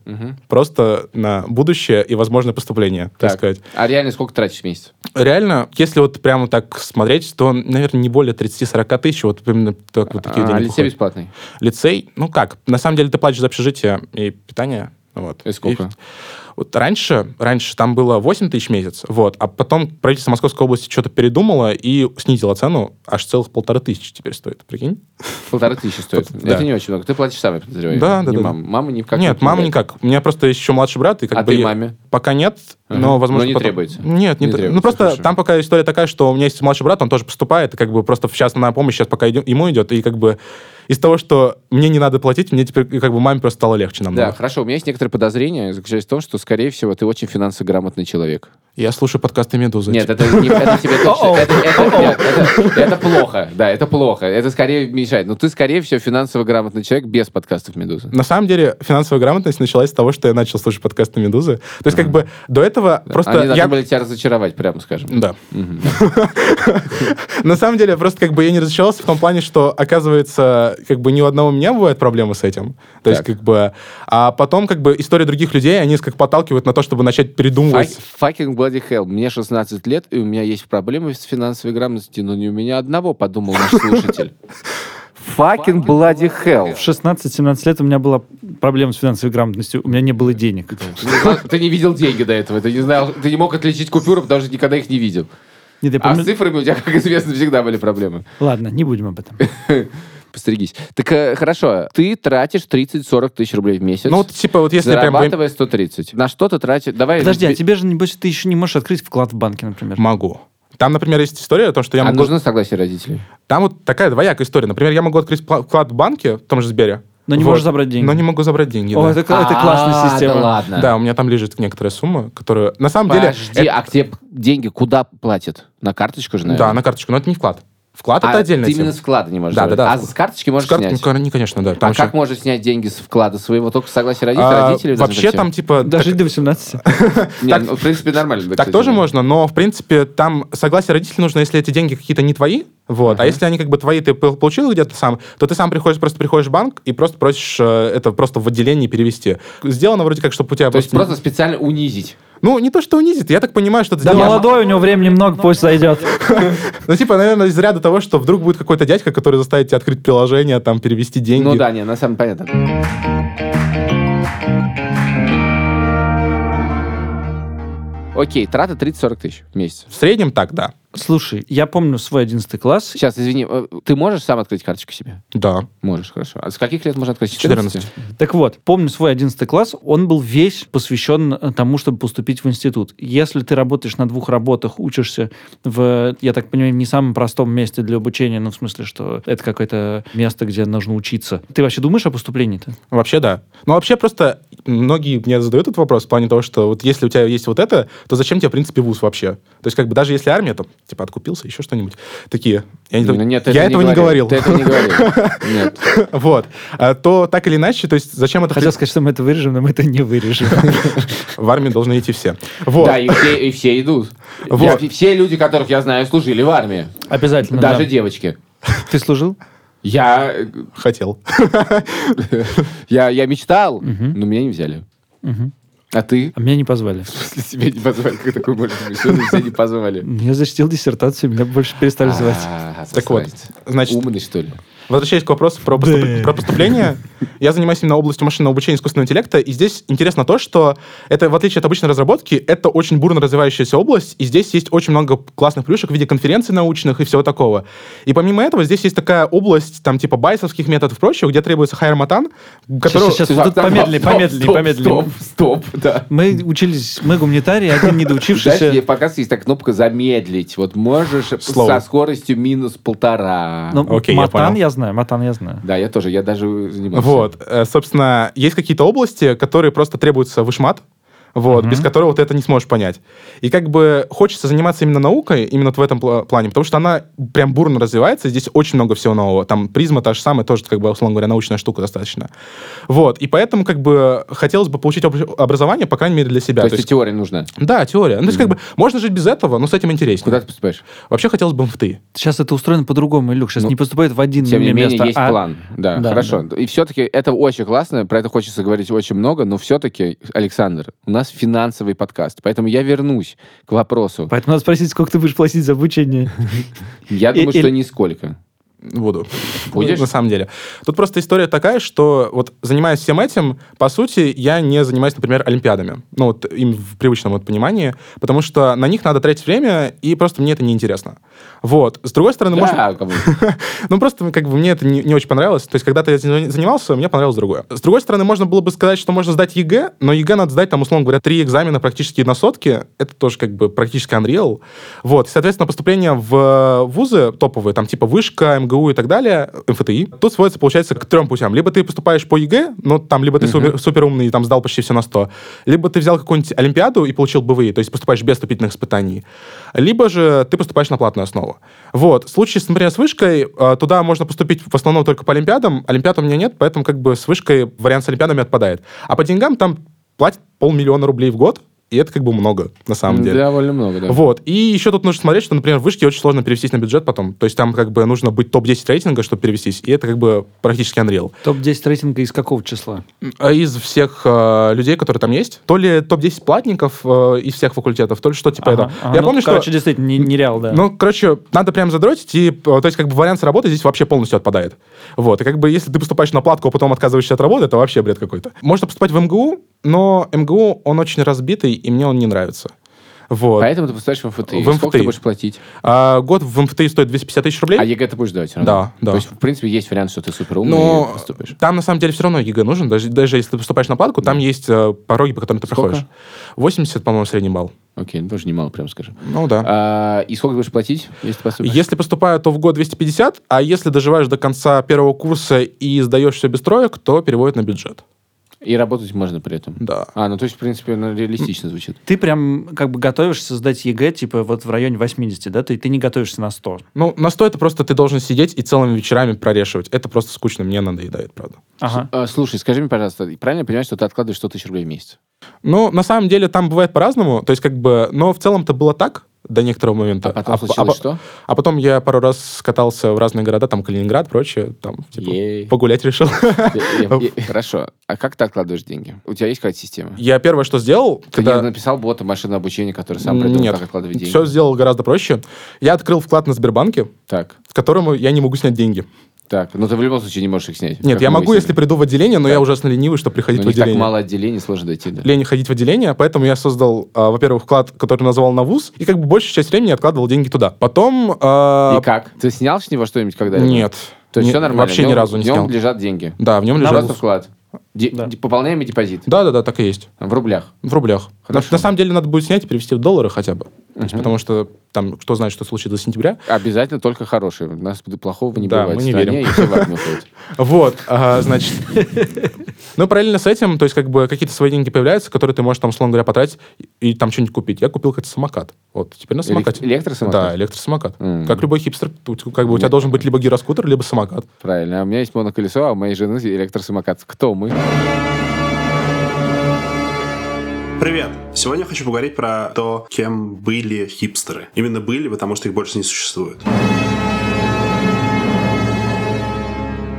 Speaker 7: просто на будущее и возможное поступление, так, сказать.
Speaker 2: А реально сколько тратишь в месяц?
Speaker 7: Реально, если вот прямо так смотреть, то, наверное, не более 30-40 тысяч, вот именно так, вот такие
Speaker 2: А,
Speaker 7: деньги.
Speaker 2: лицей
Speaker 7: уходят.
Speaker 2: бесплатный.
Speaker 7: Лицей, ну как, на самом деле ты платишь за общежитие и питание. Вот.
Speaker 2: И сколько?
Speaker 7: вот раньше, раньше там было 8 тысяч в месяц, вот, а потом правительство Московской области что-то передумало и снизило цену, аж целых полторы тысячи теперь стоит, прикинь?
Speaker 2: Полторы тысячи стоит.
Speaker 7: Да.
Speaker 2: Это не очень много. Ты платишь сам, я подозреваю.
Speaker 7: Да, да,
Speaker 2: Не
Speaker 7: да.
Speaker 2: мама. Мама никак
Speaker 7: Нет, мама никак. У меня просто есть еще младший брат. И как
Speaker 2: А
Speaker 7: бы
Speaker 2: ты
Speaker 7: я-
Speaker 2: маме?
Speaker 7: Пока нет,
Speaker 2: Ага.
Speaker 7: но, возможно,
Speaker 2: Но не
Speaker 7: потом-
Speaker 2: требуется.
Speaker 7: Нет, не,
Speaker 2: Не
Speaker 7: тре-
Speaker 2: требуется,
Speaker 7: Ну, просто
Speaker 2: хорошо.
Speaker 7: там пока история такая, что у меня есть младший брат, он тоже поступает, и как бы просто сейчас на помощь сейчас пока идё- ему идет, и как бы из того, что мне не надо платить, мне теперь и как бы маме просто стало легче намного.
Speaker 2: Да, хорошо. У меня есть некоторые подозрения, заключаются в том, что, скорее всего, ты очень финансово грамотный человек.
Speaker 7: Я слушаю подкасты «Медузы».
Speaker 2: Нет, это не- это тебе точно. это- это- нет, это- Это плохо. Да, это плохо. Это скорее мешает. Но ты, скорее всего, финансово грамотный человек без подкастов «Медузы».
Speaker 7: На самом деле, финансовая грамотность началась с того, что я начал слушать подкасты «Медузы». То есть, как бы, до этого просто...
Speaker 2: Они должны
Speaker 7: я...
Speaker 2: были тебя разочаровать, прямо скажем.
Speaker 7: Да. На самом деле, просто как бы я не разочаровался в том плане, что, оказывается, как бы ни у одного меня бывают проблемы с этим. То есть,
Speaker 2: Так.
Speaker 7: как бы... А потом, как бы, истории других людей, они как подталкивают на то, чтобы начать передумывать.
Speaker 2: Fucking bloody hell. Мне 16 лет, и у меня есть проблемы с финансовой грамотностью, но не у меня одного, подумал наш слушатель. fucking bloody hell.
Speaker 3: В 16-17 лет у меня была проблема с финансовой грамотностью. У меня не было денег.
Speaker 2: Ты не знал- Ты не видел деньги до этого, ты не знал, ты не мог отличить купюры, потому что никогда их не видел.
Speaker 3: Нет, я
Speaker 2: А с
Speaker 3: помню-
Speaker 2: цифрами у тебя, как известно, всегда были проблемы.
Speaker 3: Ладно, не будем об этом.
Speaker 2: Постерегись. Так э, хорошо, ты тратишь 30-40 тысяч рублей в месяц.
Speaker 7: Ну, вот, типа, вот если прям... прям-
Speaker 2: зарабатывая 130. На что ты тратишь? Давай.
Speaker 3: Подожди, а
Speaker 2: бе-
Speaker 3: тебе же, небось, ты еще не можешь открыть вклад в банке, например.
Speaker 7: Могу. Там, например, есть история, то, что я
Speaker 2: А
Speaker 7: могу...
Speaker 2: нужно согласие родителей?
Speaker 7: Там вот такая двоякая история. Например, я могу открыть пла- вклад в банке, в том же Сбере.
Speaker 3: Но не
Speaker 7: Вот.
Speaker 3: можешь забрать деньги.
Speaker 7: Но не могу забрать деньги.
Speaker 3: О,
Speaker 7: да.
Speaker 3: это, кла- это классная
Speaker 2: А, Да
Speaker 3: система.
Speaker 2: ладно.
Speaker 7: Да, у меня там лежит некоторая сумма, которую... На самом
Speaker 2: Подожди,
Speaker 7: деле...
Speaker 2: а к тебе деньги куда платят? На карточку же,
Speaker 7: это-
Speaker 2: наверное?
Speaker 7: Да, на карточку, но это не вклад. Вклад
Speaker 2: А
Speaker 7: это отдельно.
Speaker 2: ты именно с вклада не можешь
Speaker 7: Да, да,
Speaker 2: забрать?
Speaker 7: да.
Speaker 2: А с карточки можешь снять?
Speaker 7: Не, конечно, да.
Speaker 2: А
Speaker 7: там
Speaker 2: как
Speaker 7: еще-
Speaker 2: можно снять деньги с вклада своего? Только с согласия родителей?
Speaker 7: А,
Speaker 2: родителей вот это
Speaker 7: Вообще
Speaker 2: зачем?
Speaker 7: там, типа...
Speaker 3: Дожить
Speaker 7: так-
Speaker 3: до 18.
Speaker 2: Не,
Speaker 7: так-
Speaker 2: ну, в принципе, нормально.
Speaker 7: Так тоже можно, но, в принципе, там согласие родителей нужно, если эти деньги какие-то не твои, вот, а если они как бы твои, ты пол- получил где-то сам, то ты сам приходишь, просто приходишь в банк и просто просишь э, это просто в отделении перевести. Сделано вроде как, чтобы у тебя
Speaker 2: То есть
Speaker 7: не-
Speaker 2: просто специально унизить.
Speaker 7: Ну, не то, что унизит, я так понимаю, что это
Speaker 3: Да
Speaker 7: сделано-
Speaker 3: молодой, у него времени много, пусть зайдет.
Speaker 7: Ну, типа, наверное, из ряда того, что вдруг будет какой-то дядька, который заставит тебя открыть приложение, там, перевести деньги.
Speaker 2: Ну да, не, на самом деле понятно. Окей, трата 30-40 тысяч в месяц.
Speaker 7: В среднем так, да.
Speaker 3: Слушай, я помню свой 11 класс.
Speaker 2: Сейчас, извини, э, ты можешь сам открыть карточку себе?
Speaker 7: Да.
Speaker 2: Можешь, хорошо. А с каких лет можно открыть? С
Speaker 7: 14.
Speaker 3: Так вот, помню свой 11 класс, он был весь посвящен э, тому, чтобы поступить в институт. Если ты работаешь на двух работах, учишься в, я так понимаю, не самом простом месте для обучения, ну, в смысле, что это какое-то место, где нужно учиться. Ты вообще думаешь о поступлении-то?
Speaker 7: Вообще, да. Ну, вообще, просто многие мне задают этот вопрос в плане того, что вот если у тебя есть вот это, то зачем тебе, в принципе, вуз вообще? То есть, как бы, даже если армия, там, типа, откупился, еще что-нибудь. Такие. Я, не-
Speaker 2: Ну, нет, ты
Speaker 7: я этого не говорил.
Speaker 2: Ты этого не говорил. Нет.
Speaker 7: Вот. А, То так или иначе, то есть, зачем это... в
Speaker 3: Хотел
Speaker 7: принципе,
Speaker 3: сказать, что мы это вырежем, но мы это не вырежем.
Speaker 7: В армию должны идти все. Вот.
Speaker 2: Да, и все, и все идут.
Speaker 7: Вот.
Speaker 2: Я- все люди, которых я знаю, служили в армии.
Speaker 7: Ну
Speaker 3: Обязательно.
Speaker 2: Даже
Speaker 3: да.
Speaker 2: девочки.
Speaker 3: Ты служил?
Speaker 2: Я, э,
Speaker 7: Хотел.
Speaker 2: я, я мечтал, но меня не взяли. А ты?
Speaker 3: А меня не позвали.
Speaker 2: Если тебя не позвали, как такое может быть? Что значит, тебя не позвали?
Speaker 3: Я защитил диссертацию, меня больше перестали звать.
Speaker 2: А,
Speaker 7: Так вот,
Speaker 2: составить.
Speaker 7: значит-
Speaker 2: Умный, что ли?
Speaker 7: Возвращаясь к вопросу про, поступ- про поступление, я занимаюсь именно областью машинного обучения и искусственного интеллекта, и здесь интересно то, что это, в отличие от обычной разработки, это очень бурно развивающаяся область, и здесь есть очень много классных плюшек в виде конференций научных и всего такого. И помимо этого, здесь есть такая область, там, типа, байсовских методов и прочего, где требуется хайр-матан, которого...
Speaker 3: Сейчас, вот тут
Speaker 2: Так,
Speaker 3: помедленнее,
Speaker 2: стоп,
Speaker 3: помедленнее,
Speaker 2: стоп,
Speaker 3: помедленнее.
Speaker 2: Стоп, стоп, да.
Speaker 3: Мы учились, мы гуманитарии, один
Speaker 2: Знаешь,
Speaker 3: недоучившийся.
Speaker 2: есть пока есть такая кнопка «замедлить». Вот можешь
Speaker 7: Слово.
Speaker 2: со скоростью минус полтора.
Speaker 3: Ну,
Speaker 7: Окей, я
Speaker 3: матан
Speaker 7: понял.
Speaker 3: я знаю, матан я знаю.
Speaker 2: Да, я тоже, я даже занимался.
Speaker 7: Вот, э, собственно, есть какие-то области, которые просто требуются вышмат, вот, без которого ты это не сможешь понять. И как бы хочется заниматься именно наукой, именно в этом пла- плане, потому что она прям бурно развивается, и здесь очень много всего нового. Там призма та же самая, тоже, как бы, условно говоря, научная штука достаточно. Вот, и поэтому, как бы, хотелось бы получить об- образование, по крайней мере, для себя.
Speaker 2: То
Speaker 7: То
Speaker 2: есть и теория нужна.
Speaker 7: есть- да, теория. Ну, то есть, как бы, можно жить без этого, но с этим интереснее.
Speaker 2: Куда ты поступаешь?
Speaker 7: Вообще хотелось бы в МФТИ.
Speaker 3: Сейчас это устроено по-другому, Илюх. Сейчас не поступает в один
Speaker 2: Тем не
Speaker 3: место,
Speaker 2: менее, есть
Speaker 3: а-
Speaker 2: план. Да,
Speaker 3: Да,
Speaker 2: хорошо. И все-таки это очень классно, про это хочется говорить очень много, но все-таки, Александр, у нас финансовый подкаст, поэтому я вернусь к вопросу.
Speaker 3: Поэтому надо спросить, сколько ты будешь платить за обучение.
Speaker 2: Я
Speaker 3: И-
Speaker 2: думаю,
Speaker 3: или-
Speaker 2: что нисколько.
Speaker 7: Буду.
Speaker 2: Будешь?
Speaker 7: На самом деле. Тут просто история такая, что вот занимаясь всем этим, по сути, я не занимаюсь, например, олимпиадами. Ну, вот им в привычном вот понимании. Потому что на них надо тратить время, и просто мне это неинтересно. Вот. С другой стороны, можно...
Speaker 2: Да, кому?
Speaker 7: Ну, просто как бы мне это не, не очень понравилось. То есть, когда-то я этим занимался, мне понравилось другое. С другой стороны, можно было бы сказать, что можно сдать ЕГЭ, но ЕГЭ надо сдать, там, условно говоря, три экзамена практически на сотки. Это тоже как бы практически Unreal. Вот. И, соответственно, поступление в э, вузы топовые, там, типа Вышка, МГУ и так далее, МФТИ, тут сводится, получается, к трем путям. Либо ты поступаешь по ЕГЭ, ну, там, либо ты супер, умный, там, сдал почти все на 100. Либо ты взял какую-нибудь Олимпиаду и получил БВИ, то есть поступаешь без вступительных испытаний. Либо же ты поступаешь на платную основу. Вот. В случае, с, например, с вышкой, э, туда можно поступить в основном только по Олимпиадам. Олимпиад у меня нет, поэтому как бы с вышкой вариант с Олимпиадами отпадает. А по деньгам там платят полмиллиона рублей в год, И это как бы много, на самом деле.
Speaker 2: Довольно много, да.
Speaker 7: Вот. И еще тут нужно смотреть, что, например, в вышке очень сложно перевестись на бюджет потом. То есть там как бы нужно быть топ-10 рейтинга, чтобы перевестись. И это как бы практически Unreal.
Speaker 3: Топ-10 рейтинга из какого числа?
Speaker 7: А Из всех э, людей, которые там есть, то ли топ-10 платников э, из всех факультетов, то ли что
Speaker 3: Ага,
Speaker 7: типа этого.
Speaker 3: ага,
Speaker 7: Я
Speaker 3: ну,
Speaker 7: помню, что...
Speaker 3: Короче, действительно, не- нереал, да.
Speaker 7: Ну, короче, надо прям задротить, и, э, то есть, как бы, вариант работы здесь вообще полностью отпадает. Вот, и как бы, если ты поступаешь на платку, а потом отказываешься от работы, это вообще бред какой-то. Можно поступать в МГУ, но МГУ, он очень разбитый, и мне он не нравится. Вот.
Speaker 2: Поэтому ты поступаешь в МФТИ.
Speaker 7: В
Speaker 2: Сколько ты
Speaker 7: МФТИ.
Speaker 2: будешь платить?
Speaker 7: А год в МФТИ стоит 250 тысяч рублей.
Speaker 2: А ЕГЭ ты будешь давать всё равно?
Speaker 7: Да, да.
Speaker 2: То есть, в принципе, есть вариант, что ты супер умный
Speaker 7: Но
Speaker 2: и поступишь.
Speaker 7: там на самом деле все равно ЕГЭ нужен, даже, даже если ты поступаешь на платку, там есть э, пороги, по которым ты
Speaker 2: Сколько?
Speaker 7: проходишь. 80, по-моему, средний балл.
Speaker 2: Окей, ну тоже немало, прям скажем.
Speaker 7: Ну да.
Speaker 2: А, и сколько ты будешь платить, если ты поступишь?
Speaker 7: Если поступаю, то в год 250, а если доживаешь до конца первого курса и сдаешь все без троек, то переводят на бюджет.
Speaker 2: И работать можно при этом.
Speaker 7: Да.
Speaker 2: А, ну то есть, в принципе, ну, реалистично звучит.
Speaker 3: Ты прям как бы готовишься сдать ЕГЭ, типа, вот в районе 80, да? Ты, ты не готовишься на 100.
Speaker 7: Ну, на 100 это просто ты должен сидеть и целыми вечерами прорешивать. Это просто скучно, мне надоедает, правда.
Speaker 3: Ага.
Speaker 2: А, слушай, скажи мне, пожалуйста, правильно я понимаю, что ты откладываешь 100 тысяч рублей в месяц?
Speaker 7: Ну, на самом деле там бывает по-разному, то есть как бы, но в целом-то было так до некоторого момента.
Speaker 2: А потом случилось
Speaker 7: по-
Speaker 2: что?
Speaker 7: А потом я пару раз катался в разные города, там Калининград, прочее, там типа,
Speaker 2: Ей.
Speaker 7: погулять решил.
Speaker 2: Я- я- я- Хорошо. А как ты откладываешь деньги? У тебя есть какая-то система?
Speaker 7: Я первое, что сделал,
Speaker 2: Ты
Speaker 7: когда-
Speaker 2: не написал бота машинное обучение, который сам придумал,
Speaker 7: Нет.
Speaker 2: как откладывать деньги?
Speaker 7: Все сделал гораздо проще. Я открыл вклад на Сбербанке,
Speaker 2: Так,
Speaker 7: к которому я не могу снять деньги.
Speaker 2: так. Но ты в любом случае не можешь их снять.
Speaker 7: Нет,
Speaker 2: как
Speaker 7: я
Speaker 2: мы
Speaker 7: могу,
Speaker 2: выяснили.
Speaker 7: если приду в отделение, но я ужасно ленивый, чтобы приходить
Speaker 2: Но
Speaker 7: в
Speaker 2: у них так
Speaker 7: отделение.
Speaker 2: мало отделений, сложно дойти. да.
Speaker 7: лень ходить в отделение, поэтому я создал, а, во-первых, вклад, который назвал на ВУЗ, и как бы большую часть времени откладывал деньги туда. Потом... а,
Speaker 2: И как? Ты снял с него что-нибудь когда-нибудь?
Speaker 7: Нет.
Speaker 2: То есть
Speaker 7: Не-
Speaker 2: все нормально?
Speaker 7: Вообще
Speaker 2: в нем-
Speaker 7: ни разу не
Speaker 2: В нем
Speaker 7: снял.
Speaker 2: лежат деньги.
Speaker 7: Да, в нем лежал
Speaker 2: Просто
Speaker 7: ВУЗ.
Speaker 2: вклад. Де-
Speaker 3: Да.
Speaker 2: де- Пополняем и депозит.
Speaker 7: Да-да-да, так и есть.
Speaker 2: В рублях.
Speaker 7: В рублях. На,
Speaker 2: Хорошо.
Speaker 7: на самом деле надо будет снять и перевести в доллары хотя бы. То есть потому что там, кто знает, что случится до сентября.
Speaker 2: Обязательно только хорошие. У нас плохого не
Speaker 7: Да,
Speaker 2: бывает
Speaker 7: мы
Speaker 2: в
Speaker 7: не
Speaker 2: стране,
Speaker 7: верим.
Speaker 2: и все в армию ходят.
Speaker 7: Вот, а, значит... Ну, параллельно с этим, то есть как бы какие-то свои деньги появляются, которые ты можешь там, условно говоря, потратить и там что-нибудь купить. Я купил какой-то самокат. Вот, теперь на
Speaker 2: Элек-
Speaker 7: самокате.
Speaker 2: электросамокат?
Speaker 7: Да, электросамокат.
Speaker 2: М.
Speaker 7: Как любой хипстер, у тебя- как бы у тебя должен быть либо гироскутер, либо самокат.
Speaker 2: Правильно. А у меня есть моноколесо, а у моей жены электросамокат. Кто мы?
Speaker 1: Привет! Сегодня я хочу поговорить про то, кем были хипстеры. Именно были, потому что их больше не существует.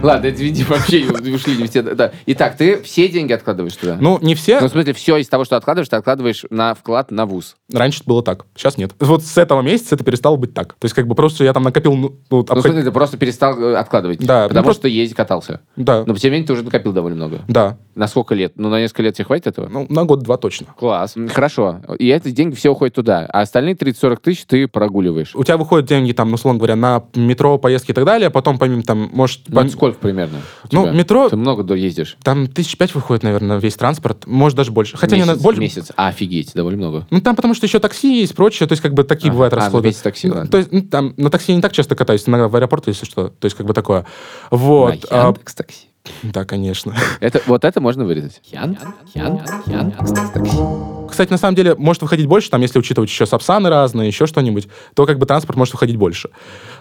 Speaker 2: Ладно, извини, вообще ушли не в те- да. Итак, ты все деньги откладываешь туда?
Speaker 7: Ну, не все.
Speaker 2: Ну, в смысле, все из того, что откладываешь, ты откладываешь на вклад на ВУЗ.
Speaker 7: Раньше это было так, сейчас нет. Вот с этого месяца это перестало быть так. То есть как бы просто я там накопил... Ну, ну,
Speaker 2: Ну, в
Speaker 7: обход-
Speaker 2: смысле, ты просто перестал э, откладывать.
Speaker 7: Да, ну,
Speaker 2: Потому
Speaker 7: просто-
Speaker 2: что ездить катался.
Speaker 7: Да,
Speaker 2: Но, тем не менее, ты уже накопил довольно много.
Speaker 7: да.
Speaker 2: На сколько лет? Ну, на несколько лет тебе хватит этого?
Speaker 7: Ну, на год-два точно.
Speaker 2: Класс. М, Хорошо. И эти деньги все уходят туда. А остальные 30-40 тысяч ты прогуливаешь.
Speaker 7: У тебя выходят деньги там, ну, условно говоря, на метро, поездки и так далее, а потом помимо там, может...
Speaker 2: Ну,
Speaker 7: пом-
Speaker 2: это сколько примерно? у
Speaker 7: Ну,
Speaker 2: тебя?
Speaker 7: метро-
Speaker 2: Ты много до- ездишь.
Speaker 7: Там тысяч пять выходит, наверное, весь транспорт. Может, даже больше. Хотя
Speaker 2: месяц,
Speaker 7: не на... больше.
Speaker 2: месяц. А, офигеть, довольно много.
Speaker 7: Ну, там потому что еще такси есть, прочее. То есть, как бы, такие
Speaker 2: А,
Speaker 7: бывают
Speaker 2: а, ну,
Speaker 7: расходы.
Speaker 2: вместе такси,
Speaker 7: Ну,
Speaker 2: ладно.
Speaker 7: То есть, ну, там, на такси я не так часто катаюсь. Иногда в аэропорт, если что. То есть, как бы, такое. Вот.
Speaker 2: На
Speaker 7: а,
Speaker 2: Яндекс такси.
Speaker 7: да, конечно.
Speaker 2: Это, вот это можно вырезать. Ян, Ян, Ян, такси.
Speaker 7: Кстати, на самом деле, может выходить больше, там, если учитывать еще сапсаны разные, еще что-нибудь, то, как бы, транспорт может выходить больше.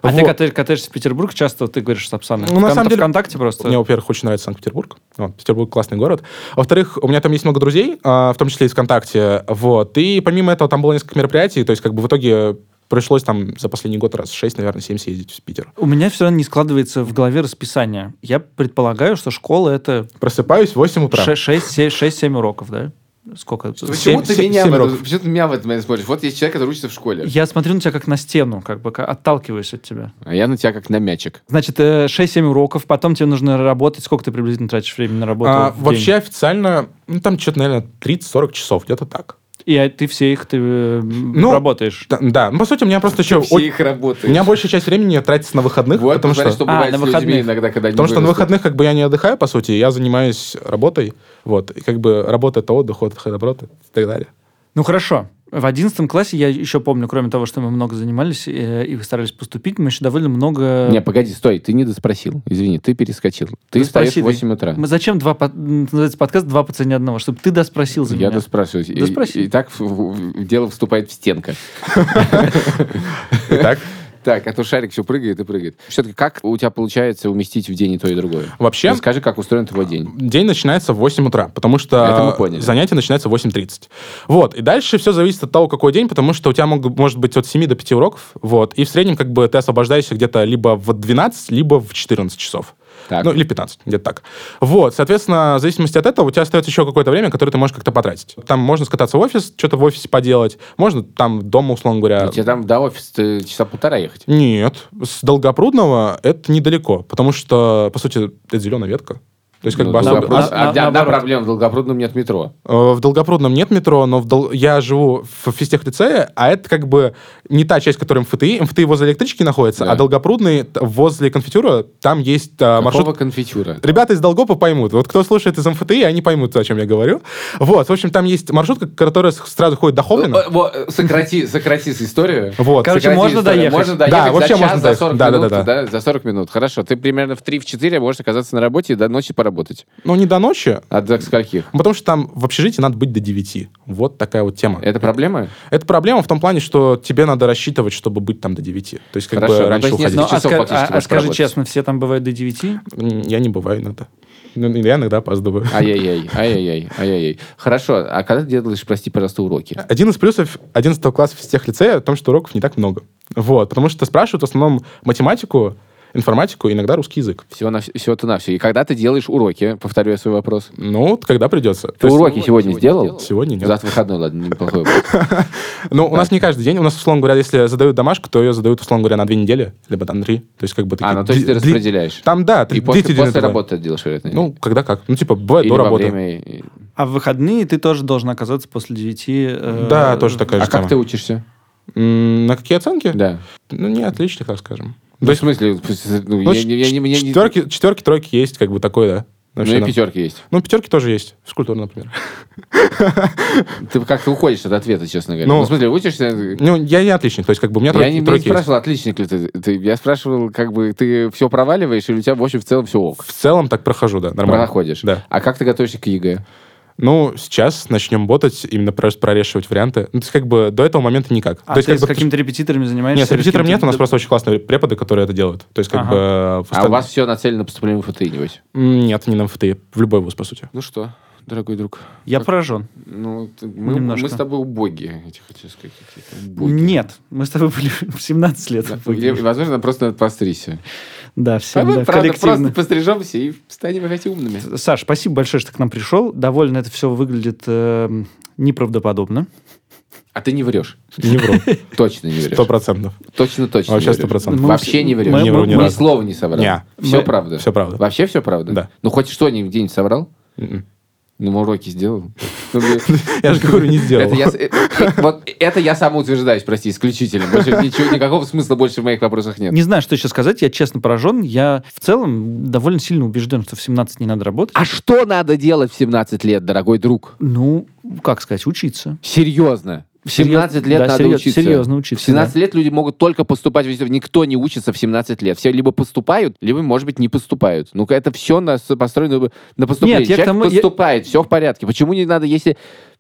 Speaker 3: А ты
Speaker 7: Вот.
Speaker 3: ката- катаешься в Петербург часто, ты говоришь с Апсаной?
Speaker 7: Ну, на самом деле-
Speaker 3: ВКонтакте просто?
Speaker 7: Мне, во-первых, очень нравится Санкт-Петербург. Вот, Петербург классный город. Во-вторых, у меня там есть много друзей, а, в том числе из ВКонтакте. Вот. И помимо этого там было несколько мероприятий. То есть, как бы в итоге пришлось там за последний год раз 6, наверное, 7 съездить в Питер.
Speaker 3: У меня все равно не складывается в голове расписание. Я предполагаю, что школа это
Speaker 7: Просыпаюсь в 8 утра.
Speaker 3: 6-7 уроков, да? Сколько?
Speaker 2: Почему
Speaker 7: Семь-
Speaker 2: ты,
Speaker 7: семь-
Speaker 2: меня
Speaker 7: семь
Speaker 2: в этом-
Speaker 7: уроков.
Speaker 2: почему ты меня в этот момент смотришь? Вот есть человек, который учится в школе.
Speaker 3: Я смотрю на тебя как на стену, как бы ка- отталкиваюсь от тебя.
Speaker 2: А я на тебя как на мячик.
Speaker 3: Значит, э, 6-7 уроков, потом тебе нужно работать. Сколько ты приблизительно тратишь времени на работу?
Speaker 7: А,
Speaker 3: в день?
Speaker 7: вообще официально, ну, там что-то, наверное, 30-40 часов, где-то так.
Speaker 3: И а, ты все их ты, э,
Speaker 7: Ну,
Speaker 3: работаешь.
Speaker 7: Да, да. Ну, по сути, у меня просто еще...
Speaker 2: Все
Speaker 7: о-
Speaker 2: их работают.
Speaker 7: У меня большая часть времени тратится на выходных,
Speaker 2: Вот,
Speaker 7: потому что...
Speaker 2: посмотри, что
Speaker 3: А,
Speaker 2: бывает
Speaker 3: на
Speaker 2: с людьми
Speaker 3: выходных.
Speaker 2: иногда, когда они
Speaker 7: Потому что на
Speaker 2: вырастут.
Speaker 7: выходных как бы я не отдыхаю, по сути, я занимаюсь работой, вот, и как бы работа — это отдых, отдых — это работа и так далее.
Speaker 3: Ну хорошо. В 11 классе я еще помню, кроме того, что мы много занимались э, и старались поступить, мы еще довольно много...
Speaker 2: Не, погоди, стой, ты не доспросил. Извини, ты перескочил. Ты встаешь в
Speaker 3: Э, Спроси
Speaker 2: 8 утра.
Speaker 3: Мы зачем два... по- м, Называется подкаст «Два по цене одного», чтобы ты доспросил за
Speaker 2: Я
Speaker 3: меня.
Speaker 2: доспрашиваю. И-
Speaker 3: Доспроси.
Speaker 2: И, так в- в- в дело вступает в стенка.
Speaker 7: Итак,
Speaker 2: Так, а то шарик все прыгает и прыгает. Все-таки как у тебя получается уместить в день и то, и другое?
Speaker 7: Вообще,
Speaker 2: Расскажи, как устроен твой день.
Speaker 7: день начинается в 8 утра, потому
Speaker 2: Это мы
Speaker 7: что
Speaker 2: поняли.
Speaker 7: занятие начинается в 8.30. Вот, и дальше все зависит от того, какой день, потому что у тебя мог- может быть от 7 до 5 уроков, вот, и в среднем как бы ты освобождаешься где-то либо в 12, либо в 14 часов.
Speaker 2: Так.
Speaker 7: Ну, или 15, где-то так. Вот, соответственно, в зависимости от этого у тебя остается еще какое-то время, которое ты можешь как-то потратить. Там можно скататься в офис, что-то в офисе поделать, можно там дома, условно говоря.
Speaker 2: У тебя там до офиса часа полтора ехать.
Speaker 7: Нет, с Долгопрудного это недалекко, потому что, по сути, это зеленая ветка. То есть, как
Speaker 2: Ну,
Speaker 7: бы особо-
Speaker 2: Долгопруд-
Speaker 3: на- на-
Speaker 2: Одна одна
Speaker 3: А, наоборот.
Speaker 2: проблема, в Долгопрудном нет метро.
Speaker 7: Э, В Долгопрудном нет метро, но в Дол- я живу в физтехлицее, а это как бы не та часть, которая эм МФТИ. МФТИ возле электрички находится,
Speaker 2: Да.
Speaker 7: а Долгопрудный т- возле конфитюра, там есть э, маршрут...
Speaker 2: Какого конфитюра?
Speaker 7: Ребята из Долгопа поймут. Вот кто слушает из эм МФТИ, они поймут, о чем я говорю. Вот, в общем, там есть маршрутка, которая с- сразу ходит до Ховлина.
Speaker 2: Э, э, вот, э, Сократи, сократи с историю.
Speaker 7: Вот.
Speaker 3: Короче,
Speaker 2: Сократи
Speaker 3: можно
Speaker 2: историю.
Speaker 3: доехать.
Speaker 2: Можно доехать
Speaker 7: Да,
Speaker 2: за
Speaker 7: вообще
Speaker 2: час,
Speaker 7: можно
Speaker 2: за
Speaker 7: доехать.
Speaker 2: 40
Speaker 7: Да, да,
Speaker 2: минут.
Speaker 7: да, да.
Speaker 2: За 40 минут. Хорошо. Ты примерно в 3-4 можешь оказаться на работе и до ночи поработать.
Speaker 7: Но не до ночи,
Speaker 2: А до скольких?
Speaker 7: потому что там в общежитии надо быть до 9. Вот такая вот тема.
Speaker 2: Это проблема?
Speaker 7: Это проблема в том плане, что тебе надо рассчитывать, чтобы быть там до 9. То есть, как
Speaker 2: Хорошо, ну,
Speaker 7: бы раньше
Speaker 2: то есть не
Speaker 7: уходить.
Speaker 3: Ну, а
Speaker 2: часов
Speaker 3: ска- а-
Speaker 2: фактически
Speaker 3: а
Speaker 2: можешь
Speaker 3: скажи
Speaker 2: поработать.
Speaker 3: честно, все там бывают до 9?
Speaker 7: М, Я не бываю иногда. Ну, Я иногда опаздываю.
Speaker 2: А Ай-яй-яй, ай-яй-яй, ай-яй-яй. Хорошо, а когда ты делаешь, прости, пожалуйста, уроки?
Speaker 7: Один из плюсов 11 класса физтехлицея в том, что уроков не так много. Вот, потому что спрашивают в основном математику, информатику, иногда русский язык.
Speaker 2: Всего на все то на все. И когда ты делаешь уроки, повторю я свой вопрос.
Speaker 7: Ну, вот когда придется. То
Speaker 2: Ты
Speaker 7: есть
Speaker 2: уроки сегодня сделал?
Speaker 7: Сегодня нет.
Speaker 2: Завтра выходной, ладно, неплохой вопрос.
Speaker 7: Ну, у нас не каждый день. У нас, условно говоря, если задают домашку, то ее задают, условно говоря, на две недели, либо на три. То есть, как бы...
Speaker 2: А,
Speaker 7: такие
Speaker 2: ну то есть ты
Speaker 7: дли- дли-
Speaker 2: распределяешь.
Speaker 7: Там, да.
Speaker 2: И
Speaker 7: ты-
Speaker 2: после,
Speaker 7: длительный
Speaker 2: после
Speaker 7: такой.
Speaker 2: работы это делаешь, вероятно?
Speaker 7: Ну, когда как. Ну, типа, бывает
Speaker 2: Или
Speaker 7: до
Speaker 2: во
Speaker 7: работы.
Speaker 2: время- и-
Speaker 3: А в выходные ты тоже должен оказаться после э, 9.
Speaker 7: Да, тоже такая
Speaker 2: А
Speaker 7: же тема.
Speaker 2: как ты учишься?
Speaker 7: М, На какие оценки?
Speaker 2: Да.
Speaker 7: Ну, не отлично, так скажем.
Speaker 2: Ну,
Speaker 7: То
Speaker 2: в
Speaker 7: есть,
Speaker 2: смысле, ну,
Speaker 7: ну,
Speaker 2: я- я- я не- мне не-
Speaker 7: четверки, четверки, тройки есть, как бы такое, да.
Speaker 2: Ну,
Speaker 7: Вообще,
Speaker 2: и
Speaker 7: да.
Speaker 2: пятерки есть.
Speaker 7: Ну, пятерки тоже есть. Физкультура, например.
Speaker 2: Ты как-то уходишь от ответа, честно говоря.
Speaker 7: Ну,
Speaker 2: Ну, в смысле, учишься...
Speaker 7: Ну, я не отличник, то есть как бы у меня
Speaker 2: Я
Speaker 7: тройки,
Speaker 2: не, не
Speaker 7: тройки есть.
Speaker 2: спрашивал, отличник ли ты, ты. Я спрашивал, как бы, ты все проваливаешь, или у тебя, в общем, в целом все ок?
Speaker 7: В целом так прохожу, да, нормально.
Speaker 2: Проходишь.
Speaker 7: Да.
Speaker 2: А как ты готовишься к ЕГЭ?
Speaker 7: Ну, сейчас начнем ботать, именно просто прорешивать варианты. Ну, то есть как бы до этого момента никак.
Speaker 3: А
Speaker 7: то есть
Speaker 3: ты
Speaker 7: как
Speaker 3: с
Speaker 7: бы
Speaker 3: какими-то репетиторами занимаешься?
Speaker 7: Нет, с
Speaker 3: или
Speaker 7: репетитором
Speaker 3: кем-то-
Speaker 7: нет, у нас просто очень классные преподы, которые это делают. То есть как
Speaker 3: Ага.
Speaker 7: бы...
Speaker 2: А
Speaker 7: постоянно-
Speaker 2: у вас все нацелено на поступление в ФТИ, небось?
Speaker 7: М, Нет, не на МФТИ, в любой вуз, по сути.
Speaker 2: Ну что, дорогой друг,
Speaker 3: Я поражен.
Speaker 2: ну, ты- мы,
Speaker 3: Немножко.
Speaker 2: мы с тобой убогие, я тебе хочу сказать, какие-то убогие.
Speaker 3: Нет, мы с тобой были в 17 лет.
Speaker 2: Да, я- возможно, нам просто надо постричься.
Speaker 3: Да,
Speaker 2: А
Speaker 3: все,
Speaker 2: мы,
Speaker 3: да,
Speaker 2: правда,
Speaker 3: коллективно.
Speaker 2: просто пострижемся и станем опять умными.
Speaker 3: Саш, спасибо большое, что ты к нам пришел. Довольно это все выглядит эм, неправдоподобно.
Speaker 2: А ты не врешь.
Speaker 7: Не вру,
Speaker 2: Точно не врешь.
Speaker 7: сто процентов.
Speaker 2: Точно, точно.
Speaker 7: Вообще
Speaker 2: не врешь.
Speaker 7: 100%.
Speaker 3: Мы
Speaker 2: Вообще не врешь.
Speaker 3: мы-
Speaker 7: Не
Speaker 3: мы-
Speaker 7: вру ни
Speaker 2: Ни
Speaker 3: мы-
Speaker 7: разу.
Speaker 2: слова не соврал.
Speaker 7: Не.
Speaker 2: Все
Speaker 3: Мы-
Speaker 2: правда.
Speaker 7: всё правда.
Speaker 2: Вообще все правда?
Speaker 7: Да.
Speaker 2: Ну, хоть что-нибудь где-нибудь соврал?
Speaker 7: М-м.
Speaker 2: Ну, мы уроки сделал. Ну, блин.
Speaker 7: Я же говорю, не сделал.
Speaker 2: Это я, с- э, э, вот это я самоутверждаюсь, прости, исключительно. Больше ничего, никакого смысла больше в моих вопросах нет.
Speaker 3: Не знаю, что еще сказать. Я честно поражен. Я в целом довольно сильно убежден, что в 17 не надо работать.
Speaker 2: А что надо делать в 17 лет, дорогой друг?
Speaker 3: Ну, как сказать, учиться.
Speaker 2: Серьезно. В 17 лет
Speaker 3: Да,
Speaker 2: надо
Speaker 3: серьез-
Speaker 2: учиться.
Speaker 3: серьезно учиться,
Speaker 2: В 17 лет люди могут только поступать в институт. Никто не учится в 17 лет. Все либо поступают, либо, может быть, не поступают. Ну-ка, это все на, с- построено бы на поступление.
Speaker 3: Нет, я к
Speaker 2: Человек
Speaker 3: тому- я-
Speaker 2: поступает, все в порядке. Почему не надо, если...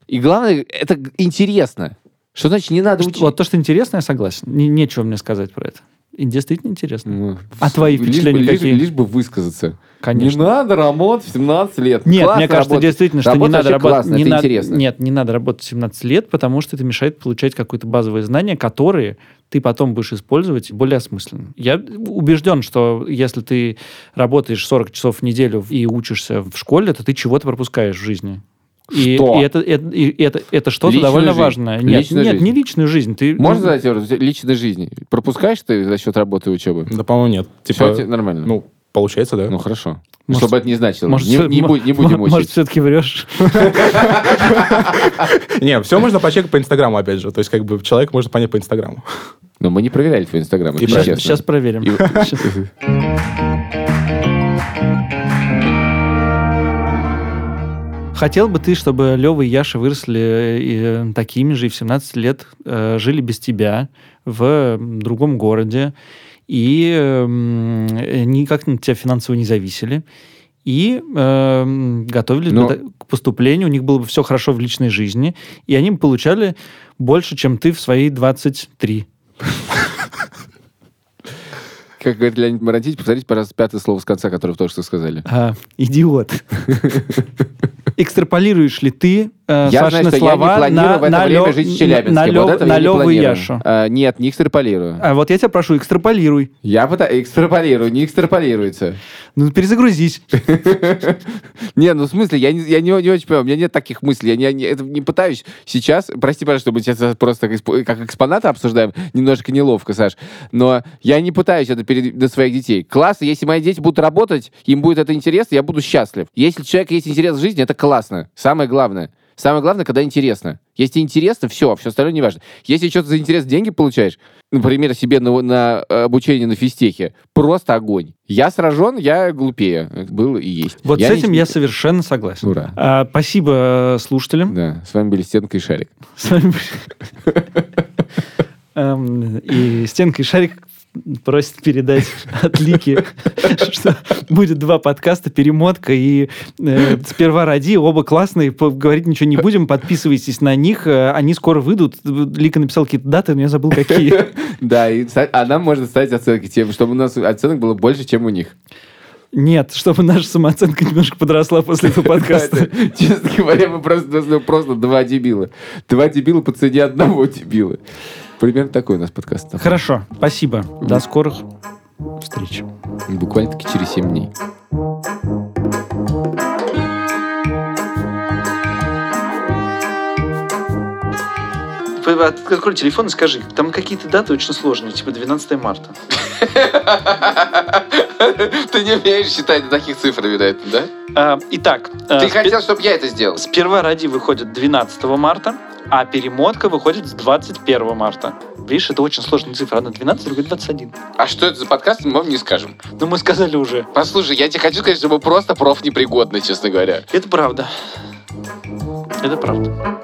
Speaker 2: И главное, это г- интересно. Что значит не надо
Speaker 3: Что-
Speaker 2: учиться?
Speaker 3: вот то, что интересно, я согласен. Не- нечего мне сказать про это. И действительно интересно.
Speaker 2: Ну,
Speaker 3: А
Speaker 2: в-
Speaker 3: твои
Speaker 2: лишь бы-
Speaker 3: впечатления
Speaker 2: лишь-
Speaker 3: какие?
Speaker 2: Лишь бы высказаться.
Speaker 3: Конечно.
Speaker 2: Не ну, надо работать в 17 лет.
Speaker 3: Нет,
Speaker 2: Классно
Speaker 3: мне кажется,
Speaker 2: работать.
Speaker 3: действительно, что не
Speaker 2: Работа
Speaker 3: надо
Speaker 2: вообще
Speaker 3: работать.
Speaker 2: классная,
Speaker 3: не
Speaker 2: это
Speaker 3: надо-
Speaker 2: интересно.
Speaker 3: Нет, не надо работать в 17 лет, потому что это мешает получать какое-то базовое знание, которые ты потом будешь использовать более осмысленно. Я убежден, что если ты работаешь 40 часов в неделю и учишься в школе, то ты чего-то пропускаешь в жизни. И,
Speaker 2: Что?
Speaker 3: и это, это- и это- это что-то
Speaker 2: Личную
Speaker 3: довольно
Speaker 2: жизнь.
Speaker 3: важное. Нет,
Speaker 2: Личную
Speaker 3: нет
Speaker 2: жизнь.
Speaker 3: не личную жизнь. Ты, ну,
Speaker 2: Можно задать вопрос? личной жизни? Пропускаешь ты за счет работы и учебы?
Speaker 7: Да, по-моему, нет.
Speaker 2: Все
Speaker 7: Типа,
Speaker 2: нормально?
Speaker 7: ну, получается, да?
Speaker 2: Ну хорошо.
Speaker 3: Может,
Speaker 2: Чтобы это не значило.
Speaker 3: может,
Speaker 2: не,
Speaker 3: всё-
Speaker 2: не
Speaker 3: мо-
Speaker 2: будь- не будем
Speaker 3: мо-
Speaker 2: учить.
Speaker 3: Может, все-таки врешь?
Speaker 7: Не, все можно почекать по Инстаграму, опять же. То есть, как бы человек можно понять по Инстаграму.
Speaker 2: Но мы не проверяли твой инстаграм, это
Speaker 7: правильно.
Speaker 2: честно.
Speaker 3: Сейчас проверим.
Speaker 2: И-
Speaker 3: Щас. Хотел бы ты, чтобы Лева и Яша выросли э, такими же и в 17 лет, э, жили без тебя в другом городе, и э, м, э, никак на тебя финансово не зависели, и э, м, готовились
Speaker 2: Но-
Speaker 3: бы та- к поступлению, у них было бы все хорошо в личной жизни, и они бы получали больше, чем ты в свои 23.
Speaker 2: Как говорит Леонид Марантич, повторите, пожалуйста, пятое слово с конца, которое вы только что сказали.
Speaker 3: А, идиот. Экстраполируешь ли ты э,
Speaker 2: Я знаю,
Speaker 3: Сашины
Speaker 2: что я не
Speaker 3: слова
Speaker 2: планирую
Speaker 3: на,
Speaker 2: в это
Speaker 3: на
Speaker 2: время
Speaker 3: Лё-
Speaker 2: жить в Челябинске.
Speaker 3: на
Speaker 2: вот
Speaker 3: Лё-
Speaker 2: этого
Speaker 3: на
Speaker 2: я не
Speaker 3: Лёву
Speaker 2: планирую.
Speaker 3: Яшу?
Speaker 2: А, нет, не экстраполирую.
Speaker 3: А вот я тебя прошу, экстраполируй.
Speaker 2: Я пытаюсь... Экстраполирую, не экстраполируется.
Speaker 3: Ну, перезагрузись.
Speaker 2: Не, ну в смысле, я не, я не, не очень понимаю, у меня нет таких мыслей, я не, не- это не пытаюсь сейчас, прости, пожалуйста, что мы сейчас просто как, экспо- как экспоната обсуждаем, немножко неловко, Саш, но я не пытаюсь это перед до своих детей. Классно, если мои дети будут работать, им будет это интересно, я буду счастлив. Если у человека есть интерес в жизни, это классно, самое главное. Самое главное, когда интересно. Если интересно, все, все остальное не важно. Если что-то за интерес деньги получаешь, например, себе на, на обучение на физтехе, просто огонь. Я сражен, я глупее. Был и есть.
Speaker 3: Вот с
Speaker 2: не-
Speaker 3: этим я совершенно согласен.
Speaker 2: Ура.
Speaker 3: А, Спасибо э, слушателям.
Speaker 2: Да, с вами были Стенка и Шарик.
Speaker 3: С вами были- Эм, И стенка и шарик просит передать от Лики, что будет два подкаста, перемотка и э, сперва ради, оба классные, по- говорить ничего не будем, подписывайтесь на них, э, они скоро выйдут. Лика написал какие-то даты, но я забыл какие.
Speaker 2: Да, и, ста- а нам можно ставить оценки тем, чтобы у нас оценок было больше, чем у них.
Speaker 3: Нет, чтобы наша самооценка немножко подросла после этого подкаста.
Speaker 2: Это, Честно говоря, мы просто, ну, просто два дебила. Два дебила по цене одного дебила. Примерно такой у нас подкаст. стал.
Speaker 3: Хорошо, спасибо. До скорых встреч.
Speaker 2: Буквально-таки через 7 дней.
Speaker 8: Вы от- открой телефон и скажи, там какие-то даты очень сложные, типа 12 марта.
Speaker 2: Ты не умеешь считать до таких цифр, вероятно, да?
Speaker 8: А, итак, э, спе-
Speaker 2: чтобы я это сделал.
Speaker 8: сперва ради выходит 12 марта, а перемотка выходит с 21 марта. Видишь, это очень сложная цифра. Одна 12, другая 21.
Speaker 2: А что это за подкаст, мы вам не скажем.
Speaker 8: Но мы сказали уже.
Speaker 2: Послушай, я тебе хочу сказать, что мы просто проф непригодны, честно говоря.
Speaker 8: Это правда. Это правда.